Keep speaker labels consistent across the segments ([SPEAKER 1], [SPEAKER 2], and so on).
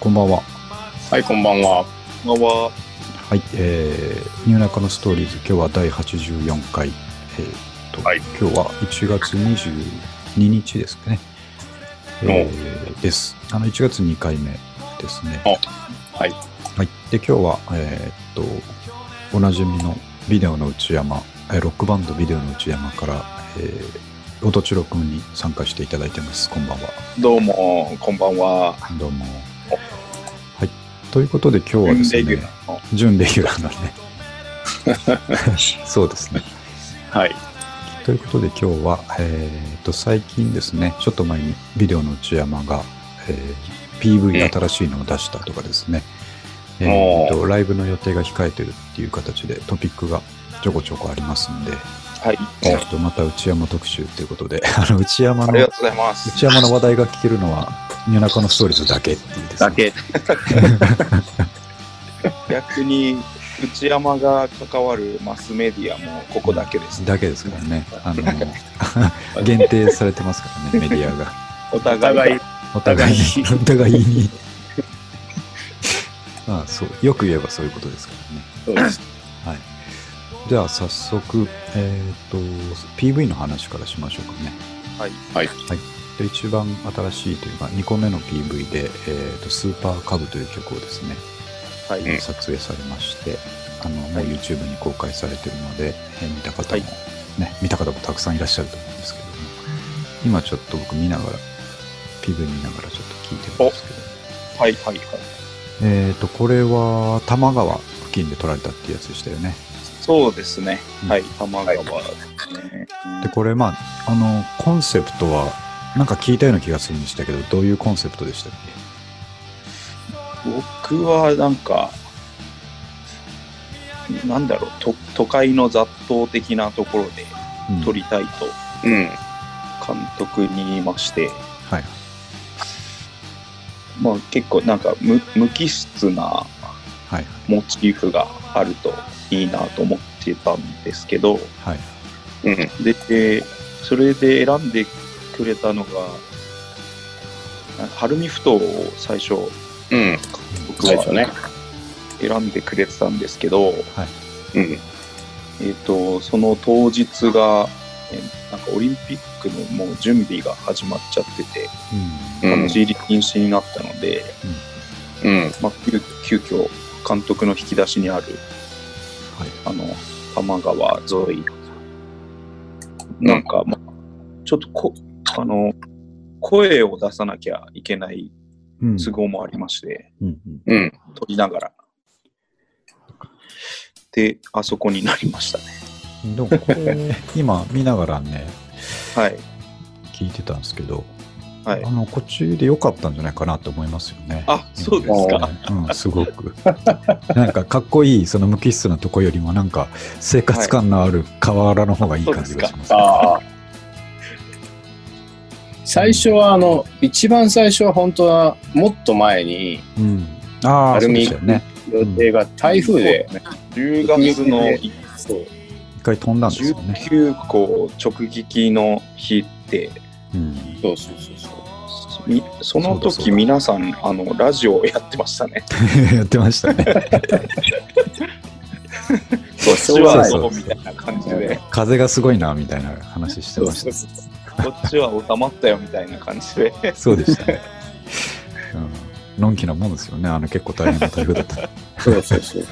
[SPEAKER 1] こんばんは。
[SPEAKER 2] はい、こんばんは。
[SPEAKER 3] こんばんは。
[SPEAKER 1] はい、えー、ニューナカのストーリーズ、今日は第84回。えーっと、
[SPEAKER 2] はい
[SPEAKER 1] 今日は1月22日ですかね。えー、です。あの、1月2回目ですね。
[SPEAKER 2] はい。
[SPEAKER 1] はい。で、今日は、えーっと、おなじみのビデオの内山、えーロックバンドビデオの内山から、えー、おとちろくんに参加していただいてます。こんばんは。
[SPEAKER 3] どうも、こんばんは。
[SPEAKER 1] どうも。はい。ということで今日はですね、
[SPEAKER 3] レギュラーの
[SPEAKER 1] 準レギュラー のね。そうですね。
[SPEAKER 2] はい。
[SPEAKER 1] ということで今日は、えー、と最近ですねちょっと前にビデオの内山が、えー PV 新しいのを出したとかですね、えー、とライブの予定が控えてるっていう形でトピックがちょこちょこありますんで
[SPEAKER 3] はい。
[SPEAKER 1] ちょっとまた内山特集ということであの内山
[SPEAKER 3] あ
[SPEAKER 1] の
[SPEAKER 3] りが
[SPEAKER 1] 内
[SPEAKER 3] とうございます。
[SPEAKER 1] 山の話題が聞けるのは夜中のストーリーズだけっていうですね
[SPEAKER 2] だけ。
[SPEAKER 3] 逆に、内山が関わるマスメディアもここだけです。
[SPEAKER 1] だけですからねあの 限定されてますからねメディアが
[SPEAKER 3] お
[SPEAKER 2] お互
[SPEAKER 3] 互
[SPEAKER 2] い
[SPEAKER 3] い、、
[SPEAKER 1] お互いに。お互いに。まあ、そう、よく言えばそういうことですからね。
[SPEAKER 2] そうです。
[SPEAKER 1] はい。じゃあ、早速、えっ、と、PV の話からしましょうかね。
[SPEAKER 3] はい。
[SPEAKER 2] はい。
[SPEAKER 1] で一番新しいというか、2個目の PV で、えっ、と、スーパーカブという曲をですね、
[SPEAKER 3] はい。
[SPEAKER 2] うん
[SPEAKER 1] 撮影されまして、あの、もう
[SPEAKER 3] はい
[SPEAKER 1] YouTube に公開されてるので、えー見た方も、
[SPEAKER 3] はい
[SPEAKER 1] ね、見た方もたくさんいらっしゃると思うんですけども、今ちょっと僕見ながら、PV 見ながらちょっと聞いてるんですけど、
[SPEAKER 3] はい。はい。
[SPEAKER 1] えー、とこれは多摩川付近で撮られたっていうやつでしたよね
[SPEAKER 3] そうですね
[SPEAKER 1] う。ん
[SPEAKER 3] はい。玉川ですね。
[SPEAKER 1] でこれまああのコンセプトはなんか聞いたような気がするんでしたけどどういうコンセプトでしたっ
[SPEAKER 3] 僕はなんか、なんだろうと、都会の雑踏的なところで
[SPEAKER 1] け、うん
[SPEAKER 3] 撮りたいと
[SPEAKER 2] うん。
[SPEAKER 3] 監督に言いまして、
[SPEAKER 1] はい
[SPEAKER 3] まあ結構なんか無無機質な
[SPEAKER 1] はい
[SPEAKER 3] モチーフがあるといいなと思ってたんですけど
[SPEAKER 1] はい
[SPEAKER 2] うん。
[SPEAKER 3] ででそれで選んでくれたのがなんか晴海ふ頭を最初
[SPEAKER 2] うん。
[SPEAKER 3] 僕
[SPEAKER 2] 最初ね
[SPEAKER 3] は。選んでくれてたんですけど、
[SPEAKER 2] うん。
[SPEAKER 3] えー、とその当日がえーなんかオリンピックのもう準備が始まっちゃってて
[SPEAKER 1] うん
[SPEAKER 2] うん
[SPEAKER 3] 立ち入り禁止になったので、
[SPEAKER 2] うん。
[SPEAKER 3] まあ、急急遽監督の引き出しにある
[SPEAKER 1] はい
[SPEAKER 3] あの多摩川沿いなんか、まあちょっとこあの声を出さなきゃいけない
[SPEAKER 1] うん
[SPEAKER 3] 都合もありまして、
[SPEAKER 1] うんうん
[SPEAKER 2] うん。
[SPEAKER 3] 撮りながらであそこになりましたね
[SPEAKER 1] でもこれ今見ながらね
[SPEAKER 3] はい
[SPEAKER 1] 聞いてたんですけど、
[SPEAKER 3] はい
[SPEAKER 1] あのこっちで良かったんじゃないかなと思いますよね
[SPEAKER 3] あそうですか
[SPEAKER 1] うん、すごく。なんかかっこいい、その無機質なとこよりも、なんか生活感のある河原の方がいい感じがします。
[SPEAKER 2] ああ。最初は、あの、一番最初は本当は、もっと前に、
[SPEAKER 1] うん。ああ、
[SPEAKER 2] ア
[SPEAKER 1] そ
[SPEAKER 2] ル
[SPEAKER 1] うで
[SPEAKER 2] ミ
[SPEAKER 1] したよね。
[SPEAKER 2] 予定が台風で、
[SPEAKER 3] 10月の
[SPEAKER 2] そう。
[SPEAKER 1] 一回飛んだんですよね。
[SPEAKER 3] 19個直撃の日って
[SPEAKER 1] うん。
[SPEAKER 2] そうそうそうそう。
[SPEAKER 3] みその
[SPEAKER 1] そうだそう
[SPEAKER 3] 時
[SPEAKER 1] だ
[SPEAKER 3] 皆さんあのラジオをやってましたね
[SPEAKER 1] やってましたね。
[SPEAKER 3] こっちは
[SPEAKER 1] そうそうそう
[SPEAKER 3] どこみたいな感じで
[SPEAKER 1] 風がすごいな、みたいな話してました。
[SPEAKER 2] そうそう
[SPEAKER 3] こっちは収まったよみたいな感じ で
[SPEAKER 1] そうでしたね。うん。のんきなもんですよね。あの結構大変な台風だった。
[SPEAKER 2] そうそうそう。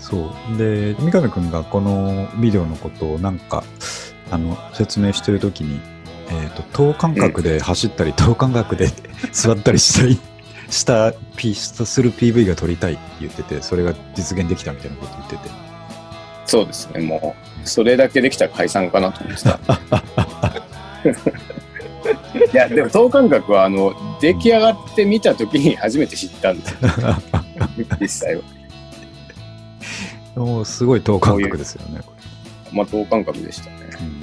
[SPEAKER 1] そう。で、三上くんがこのビデオのことをなんか、あの、説明してるときに、えっ、と、等間隔で走ったり、等間 隔で座ったりしたり、した、ピしたする PV が撮りたいって言ってて、それが実現できたみたいなこと言ってて。
[SPEAKER 2] そうですね、もう、それだけできたら解散かなと思 ってた。いや、でも、等間隔は、あの、出来上がってみたときに初めて知ったん ですよ。実際は。
[SPEAKER 1] もうすごい等間隔ですよね、こ
[SPEAKER 2] まあ、等間隔でしたね。
[SPEAKER 1] れ。うん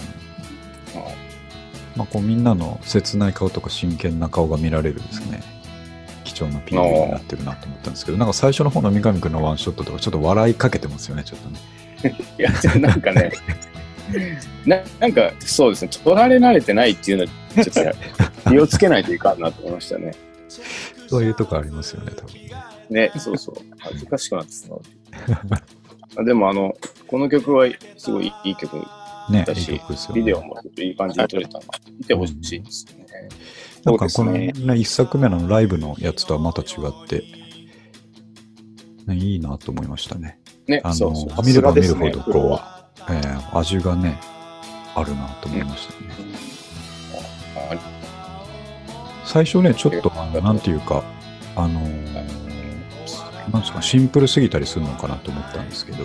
[SPEAKER 1] まあ、こうみんなの切ない顔とか真剣な顔が見られるですね。貴重な PV になってるなと思ったんですけど、なんか最初の方の三上くんのワンショットとかちょっと笑いかけてますよね、ちょっとね。
[SPEAKER 2] いや、でもなんかね、 ななんか、そうですね、 取られ慣れてないっていうのは、ちょっとや、気をつけないといかんなと思いましたね。
[SPEAKER 1] そういうとこありますよね、多分ね。
[SPEAKER 2] ね、そうそう。恥ずかしくなってしまう。あでも、あの、この曲はすごいいい曲
[SPEAKER 1] ね
[SPEAKER 2] だ、
[SPEAKER 1] いい
[SPEAKER 2] し
[SPEAKER 1] 曲ですよ、ね。
[SPEAKER 2] ビデオもちょっといい感じで撮れたので、見てほしいですね。
[SPEAKER 1] なんかこの
[SPEAKER 3] そう
[SPEAKER 1] ね
[SPEAKER 3] で、
[SPEAKER 1] 一作目のライブのやつとはまた違って、ね、いいなと思いましたね。
[SPEAKER 2] ね
[SPEAKER 1] あ、
[SPEAKER 2] そ
[SPEAKER 1] の、
[SPEAKER 2] うそう。
[SPEAKER 1] 見れば
[SPEAKER 3] さすがで
[SPEAKER 1] 見る
[SPEAKER 3] すね
[SPEAKER 1] ほどこう、えー味がね、あるなと思いましたね。
[SPEAKER 2] あ
[SPEAKER 1] 最初ね、ちょっと、あのなんていうか、あのーなんですか、シンプルすぎたりするのかなと思ったんですけど、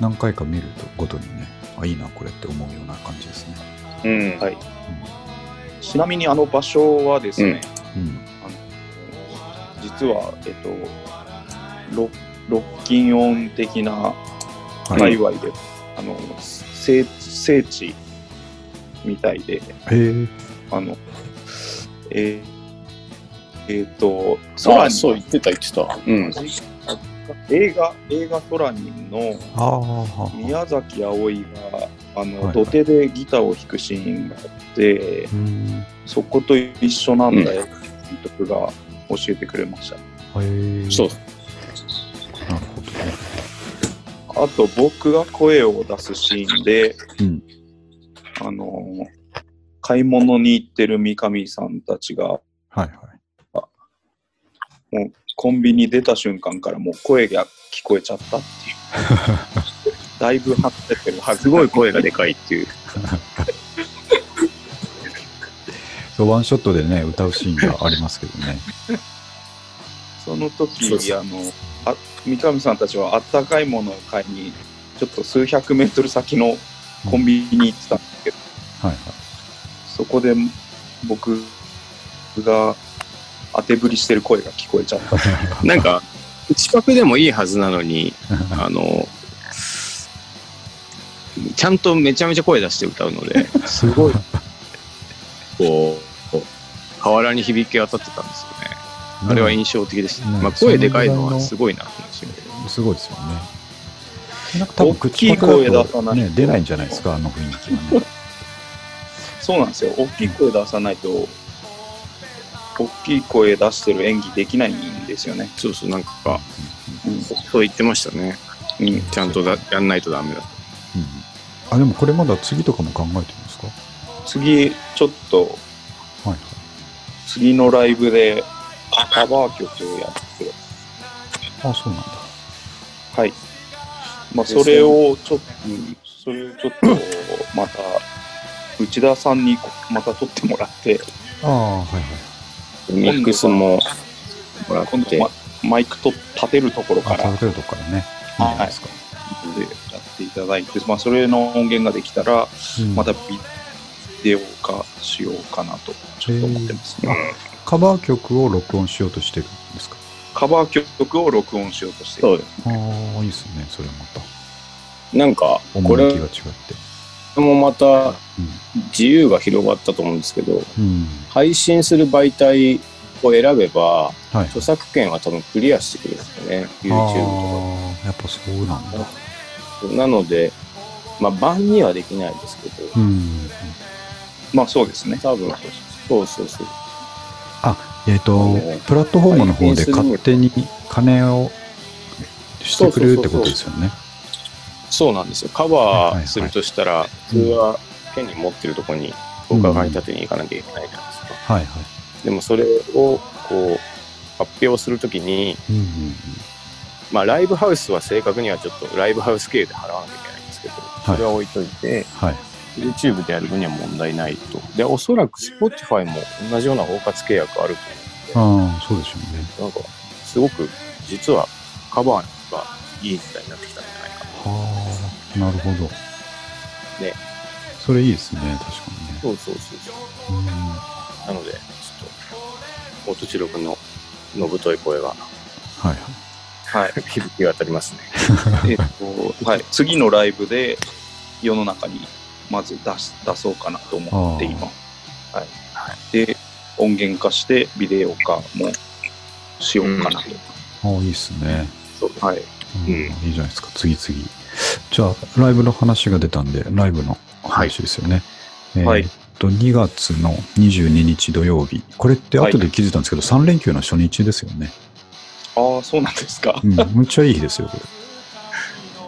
[SPEAKER 1] 何回か見るとごとにね、あ、いいな、これって思うような感じですね。
[SPEAKER 2] うん。
[SPEAKER 3] はいちなみにあの場所はですね、
[SPEAKER 1] うん。
[SPEAKER 3] 実は、えっと、ロロッキンオン的な
[SPEAKER 1] は
[SPEAKER 3] 界
[SPEAKER 1] い。
[SPEAKER 3] 隈で、あの聖聖地みたいで、
[SPEAKER 1] へー
[SPEAKER 3] あの、えーえーと、
[SPEAKER 2] あ
[SPEAKER 3] 空
[SPEAKER 2] あ、そう言
[SPEAKER 3] に
[SPEAKER 2] ってた、言ってた。うん。
[SPEAKER 3] 映画、映画空にの
[SPEAKER 1] ああ、は
[SPEAKER 3] 宮崎あおいが、あの、
[SPEAKER 1] はいはい
[SPEAKER 3] 土手でギターを弾くシーンがあって、
[SPEAKER 1] うん。
[SPEAKER 3] そこと一緒なんだよ、監督が教えてくれました。
[SPEAKER 1] へえ。
[SPEAKER 2] そう。
[SPEAKER 1] なるほどね。
[SPEAKER 3] あと僕が声を出すシーンで、
[SPEAKER 1] うん
[SPEAKER 3] あの買い物に行ってる三上さんたちが
[SPEAKER 1] はいはい。
[SPEAKER 3] コンビニ出た瞬間からもう声が聞こえちゃったっていう だいぶ張ってってるはず
[SPEAKER 2] すごい声がでかいっていう。
[SPEAKER 1] そう、ワンショットでね、歌うシーンがありますけど ね。
[SPEAKER 3] その時
[SPEAKER 2] そうそ
[SPEAKER 3] あのあ三上さんたちはあったかいものを買いにちょっと数百メートル先のコンビニに行ってたんですけど
[SPEAKER 1] はい
[SPEAKER 3] そこで僕が当てぶりしてる声が聞こえちゃった。
[SPEAKER 2] なんか、近くでもいいはずなのに、あの、ちゃんとめちゃめちゃ声出して歌うので、
[SPEAKER 1] はい。すごい。
[SPEAKER 2] こう、河原に響き渡ってたんですよね。あれは印象的でした。
[SPEAKER 1] うん
[SPEAKER 2] まあ、声でかいのはすごいなって話だけど
[SPEAKER 1] すごいですよね。なんか
[SPEAKER 3] 大きい声出さない
[SPEAKER 1] ね、出ないんじゃないですか、あの雰囲気 はね。
[SPEAKER 3] そうなんですよ。大きい声出さないと、大きい声出してる演技できないんですよね。
[SPEAKER 2] そうそう、なんか、
[SPEAKER 3] うん
[SPEAKER 2] そう言ってましたね。うん、ちゃんとだやんないとダメだと。
[SPEAKER 1] うんあ、でもこれまだ次とかも考えてるんですか
[SPEAKER 3] 次、ちょっと、
[SPEAKER 1] はい
[SPEAKER 3] 次のライブでカバー曲をやって、
[SPEAKER 1] はい。あ、そうなんだ。
[SPEAKER 3] はい。まあ、それをちょっと、それをちょっと、また、内田さんにこまた撮ってもらって、
[SPEAKER 1] ああ、はいはい。
[SPEAKER 2] ミックスももらっ
[SPEAKER 3] 今度
[SPEAKER 2] て、
[SPEAKER 3] まマイクと立てるところか
[SPEAKER 1] あ、
[SPEAKER 3] ら
[SPEAKER 1] 食べてるとこからね。いい
[SPEAKER 3] はい
[SPEAKER 1] じゃないですか。
[SPEAKER 3] でやっていただいて、まあ、それの音源ができたら、
[SPEAKER 1] うん
[SPEAKER 3] またビデオ化しようかなと、ちょっと思ってますね。
[SPEAKER 1] カバー曲を録音しようとしてるんですか
[SPEAKER 3] カバー曲を録音しようとして
[SPEAKER 2] そう
[SPEAKER 1] ああ、いいですね、それまた。
[SPEAKER 2] なんか、これ
[SPEAKER 1] 趣が違って。
[SPEAKER 2] もまた
[SPEAKER 1] うん
[SPEAKER 2] 自由が広がったと思うんですけど、
[SPEAKER 1] うん。
[SPEAKER 2] 配信する媒体を選べば、
[SPEAKER 1] はい。
[SPEAKER 2] 著作権は多分クリアしてくれるんですよね、YouTube
[SPEAKER 1] あーやっぱそうなんだ。
[SPEAKER 2] とか。なので、まあ、版にはできないですけど、
[SPEAKER 1] うん。
[SPEAKER 3] まあそうですね。
[SPEAKER 2] 多分、そうそうそう。
[SPEAKER 1] えっ、と、プラットフォームの方で勝手に金をしてくれるってことですよね。
[SPEAKER 2] そうなんですよ。カバーするとしたら、普通は権利持ってるとこに、お伺い立てに行かなきゃいけないじゃないですか。
[SPEAKER 1] はいは
[SPEAKER 2] でもそれをこう発表するときに、
[SPEAKER 1] い。うんうんうん。
[SPEAKER 2] まあ、ライブハウスは正確にはちょっとライブハウス経由で払わなきゃいけないんですけど、
[SPEAKER 1] い
[SPEAKER 2] それは置いといて、
[SPEAKER 1] はい。
[SPEAKER 2] YouTube でやる分には問題ないと。で、おそらく Spotify も同じような包括契約あると思う
[SPEAKER 1] ああ、そうでしょうね。
[SPEAKER 2] なんか、すごく実はカバーがいい時代になってきたんじゃないかな。
[SPEAKER 1] はあ、なるほど。
[SPEAKER 2] ね。
[SPEAKER 1] それいいですね、確
[SPEAKER 2] そうそうそう
[SPEAKER 1] か
[SPEAKER 2] そう。
[SPEAKER 1] にね。うん
[SPEAKER 2] なので、ちょっと、音千代君ののぶとい声が
[SPEAKER 1] はい。
[SPEAKER 3] はい。
[SPEAKER 2] 響き渡りますね。
[SPEAKER 3] えっと、はい。次のライブで世の中にまず出し出そうかなと思っています。はい。で、音源化してビデオ化もしようかなと。
[SPEAKER 1] ああ、いいですね。
[SPEAKER 3] そうはい。
[SPEAKER 1] うん
[SPEAKER 2] うん
[SPEAKER 1] いいじゃないですか、次々。じゃあ、ライブの話が出たんで、ライブの話ですよね。えー
[SPEAKER 3] はい
[SPEAKER 1] っと、と、2月の22日土曜日。これって後で気づいたんですけど、3連休の初日ですよね。
[SPEAKER 3] ああ、そうなんですか
[SPEAKER 1] う。ん、むっちゃいい日ですよ、こ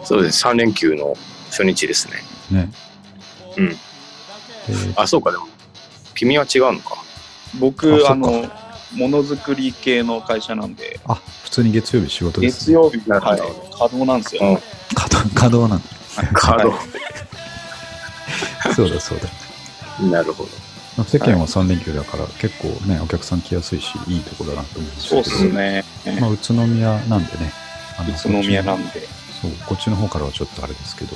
[SPEAKER 2] そうです。3連休の初日ですね。
[SPEAKER 1] れ。ね。
[SPEAKER 2] うん
[SPEAKER 1] えー
[SPEAKER 2] あ、そうか、でも。君は違うのか。
[SPEAKER 1] あそっ
[SPEAKER 3] 僕、
[SPEAKER 1] か
[SPEAKER 3] あの、ものづくり系の会社なんで、
[SPEAKER 1] あ、普通に月曜日仕事です、
[SPEAKER 3] 月
[SPEAKER 1] ね。
[SPEAKER 3] 曜日、
[SPEAKER 2] なるほ
[SPEAKER 3] はい
[SPEAKER 2] ど、
[SPEAKER 3] 稼働なんですよ。
[SPEAKER 2] うん
[SPEAKER 1] 月曜稼働なん
[SPEAKER 2] カード。
[SPEAKER 1] だ。そうだそうだ。
[SPEAKER 2] なるほど。
[SPEAKER 1] 世間は3連休だから、結構ね、お客さん来やすいし、いいとこだなと思うんですけ
[SPEAKER 3] そう
[SPEAKER 1] ど。
[SPEAKER 3] ですね。
[SPEAKER 1] まあ、宇都宮なんでね。あの
[SPEAKER 3] 宇都宮な
[SPEAKER 1] こっ
[SPEAKER 3] んで。
[SPEAKER 1] ちのそう、こっちの方からはちょっとあれですけど。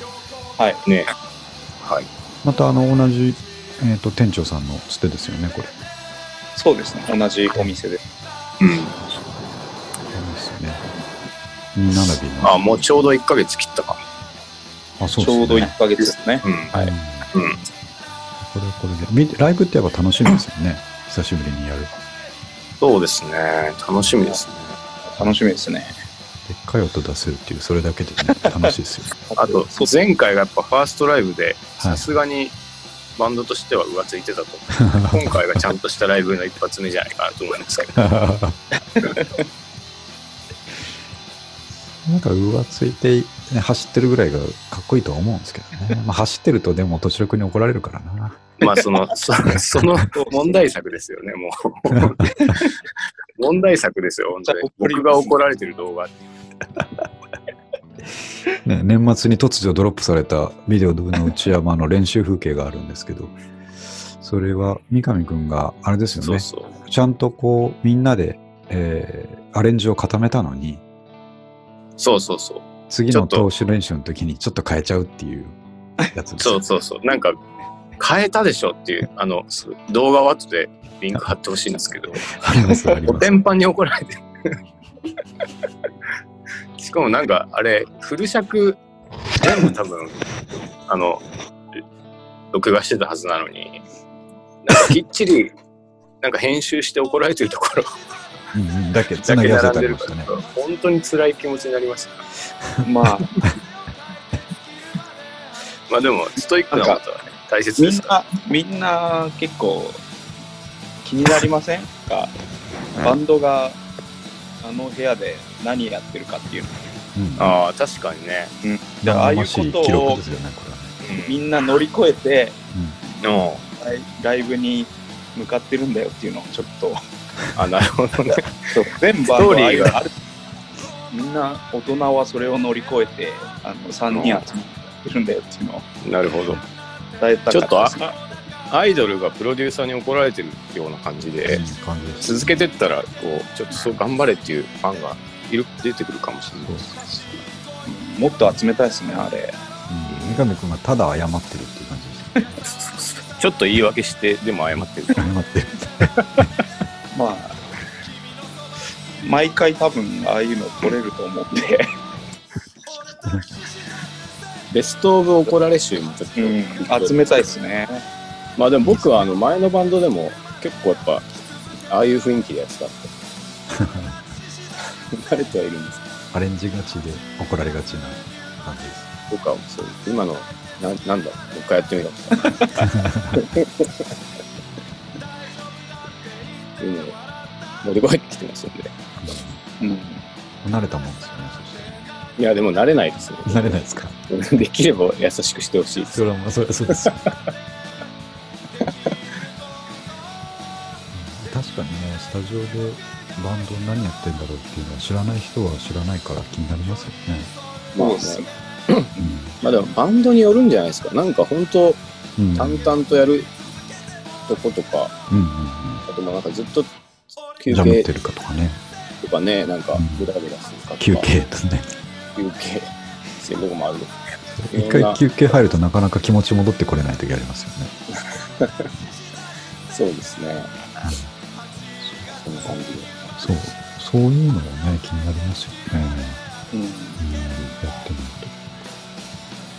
[SPEAKER 3] はい。
[SPEAKER 2] ねはい。
[SPEAKER 1] また、あの、同じ、えっ、と、店長さんの捨てですよね、これ。
[SPEAKER 3] そうですね。同じお店で。
[SPEAKER 2] うん。
[SPEAKER 1] そうですよね。に並びの。
[SPEAKER 2] あ、もうちょうど1ヶ月切ったか。
[SPEAKER 1] あ、そ
[SPEAKER 3] ちょうど
[SPEAKER 1] いい。
[SPEAKER 3] 1ヶ月ですね。
[SPEAKER 2] うん。
[SPEAKER 1] はい。
[SPEAKER 2] うん。
[SPEAKER 1] これはこれでみ。ライブってやっぱ楽しみですよね。 久しぶりにやる。で
[SPEAKER 2] そうですね。楽しみですね。
[SPEAKER 3] 楽しみですね。
[SPEAKER 1] っかい音出せるっていう、それだけで、ね、楽しいですよ。
[SPEAKER 2] あと、前回がやっぱファーストライブで、
[SPEAKER 1] はい
[SPEAKER 2] さすがにバンドとしては浮つい てたと思う。今回がちゃんとしたライブの一発目じゃないかなと思いますけど。
[SPEAKER 1] なんか上ついて、ね、走ってるぐらいがかっこいいとは思うんですけどね。まあ、走ってるとでも年力に怒られるからな。
[SPEAKER 2] まあ、その、 そその問題作ですよね、もう。 問題作ですよ、本当に。僕が怒られてる動画。
[SPEAKER 1] ね、年末に突如ドロップされたビデオの内山の練習風景があるんですけ ど、それは三上くんがあれですよ
[SPEAKER 2] そう
[SPEAKER 1] ね。
[SPEAKER 2] そう。
[SPEAKER 1] ちゃんとこうみんなで、えーアレンジを固めたのに、
[SPEAKER 2] そうそうそう。
[SPEAKER 1] 次
[SPEAKER 2] ちょ
[SPEAKER 1] の
[SPEAKER 2] っと
[SPEAKER 1] 投手練習の時にちょっと変えちゃうっていうやつです
[SPEAKER 2] そうそうそう。なんか、変えたでしょっていう、あの、そう動画は後でリンク貼ってほしいんですけど、
[SPEAKER 1] ありますあり
[SPEAKER 2] お
[SPEAKER 1] ます
[SPEAKER 2] て。んぱんに怒られて る。しかもなんか、あれ、フル尺、全部多分、あの、録画してたはずなのに、なんかきっちり、なんか編集して怒られてるところ
[SPEAKER 1] うんうんだけつ
[SPEAKER 2] だ
[SPEAKER 1] な
[SPEAKER 2] け
[SPEAKER 1] ぎ合わせてあ
[SPEAKER 2] 並んで
[SPEAKER 1] り
[SPEAKER 2] る
[SPEAKER 1] まし
[SPEAKER 2] か
[SPEAKER 1] た
[SPEAKER 2] ら
[SPEAKER 1] ね。、
[SPEAKER 2] 本当に辛い気持ちになりました。
[SPEAKER 3] ま あ、
[SPEAKER 2] まあでも、ストイックなことはね、大切
[SPEAKER 3] み
[SPEAKER 2] で
[SPEAKER 3] ん
[SPEAKER 2] すから。
[SPEAKER 3] な、みんな結構気になりませんか、バンドがあの部屋で何やってるかっていうの。
[SPEAKER 1] うん
[SPEAKER 2] ああ、確かにね。
[SPEAKER 3] じゃあああいう
[SPEAKER 1] 生
[SPEAKER 3] ことを
[SPEAKER 1] 々しい記録ですよね、これはね。
[SPEAKER 3] みんな乗り越えて、
[SPEAKER 2] うん。
[SPEAKER 3] ライライブに向かってるんだよっていうのをちょっと、
[SPEAKER 2] あ、なるほど ね。
[SPEAKER 3] 全バンド
[SPEAKER 2] ストーリーが
[SPEAKER 3] ああいうのある。みんな大人はそれを乗り越えて、あの3人集まってるんだよっていうのを
[SPEAKER 2] なるほど。
[SPEAKER 3] 伝えた
[SPEAKER 2] ちょっと
[SPEAKER 3] か
[SPEAKER 2] あ
[SPEAKER 3] ったです
[SPEAKER 2] アイドルがプロデューサーに怒られてるような感じで
[SPEAKER 1] いい、感じです
[SPEAKER 2] 続けてったら、こう、ちょっとそう頑張れっていうファンがいる出てくるかもしれない
[SPEAKER 1] そうそうそう
[SPEAKER 3] うんもっと集めたいですね、あれ。
[SPEAKER 1] うん三上君がただ謝ってるっていう感じです。
[SPEAKER 2] ちょっと言い訳して、でも謝ってる。
[SPEAKER 1] 謝ってる。
[SPEAKER 3] まあ、毎回多分ああいうの取れると思って、
[SPEAKER 2] ベスト・オブ・怒られ集もちょっと、
[SPEAKER 3] 集めたいですね。
[SPEAKER 2] まあでも僕はあの前のバンドでも結構やっぱ、ああいう雰囲気でやって たって。慣れてはいるんです
[SPEAKER 1] アレンジがちで怒られがちな感じです。
[SPEAKER 2] けど、僕はそう、今の、ななんだろう、もう一回やってみよう。 っていうのを乗り越えてきてますんで。
[SPEAKER 3] うん、
[SPEAKER 1] 慣れたもんですよね、そして。
[SPEAKER 2] いや、でも慣れないですね。
[SPEAKER 1] 慣れないですか
[SPEAKER 2] できれば優しくしてほしい。
[SPEAKER 1] それはまあ、それは そうですよ。うん確かにね、スタジオでバンド何やってんだろうっていうのは知らない人は知らないから気になりますよね。
[SPEAKER 3] そうですね。
[SPEAKER 2] まあでもバンドによるんじゃないですか。なんか本当
[SPEAKER 1] うん。うん。
[SPEAKER 2] 淡々とやるとことか、
[SPEAKER 1] うんうん
[SPEAKER 2] あともなんかずっと
[SPEAKER 1] うん。
[SPEAKER 2] 休
[SPEAKER 1] ジャム
[SPEAKER 2] 憩
[SPEAKER 1] ってるかとかね。
[SPEAKER 2] とかね、なんか
[SPEAKER 1] うん
[SPEAKER 2] グラグラするかとか。
[SPEAKER 1] 休。憩と ね。
[SPEAKER 2] 休憩。そういうとこもある。
[SPEAKER 1] 一回休憩入るとなかなか気持ち戻ってこれない時ありますよね。
[SPEAKER 2] そうですね。そんな感じで。
[SPEAKER 1] そう、そういうのもね、気になりますよね。
[SPEAKER 3] うん
[SPEAKER 1] うん、やってみる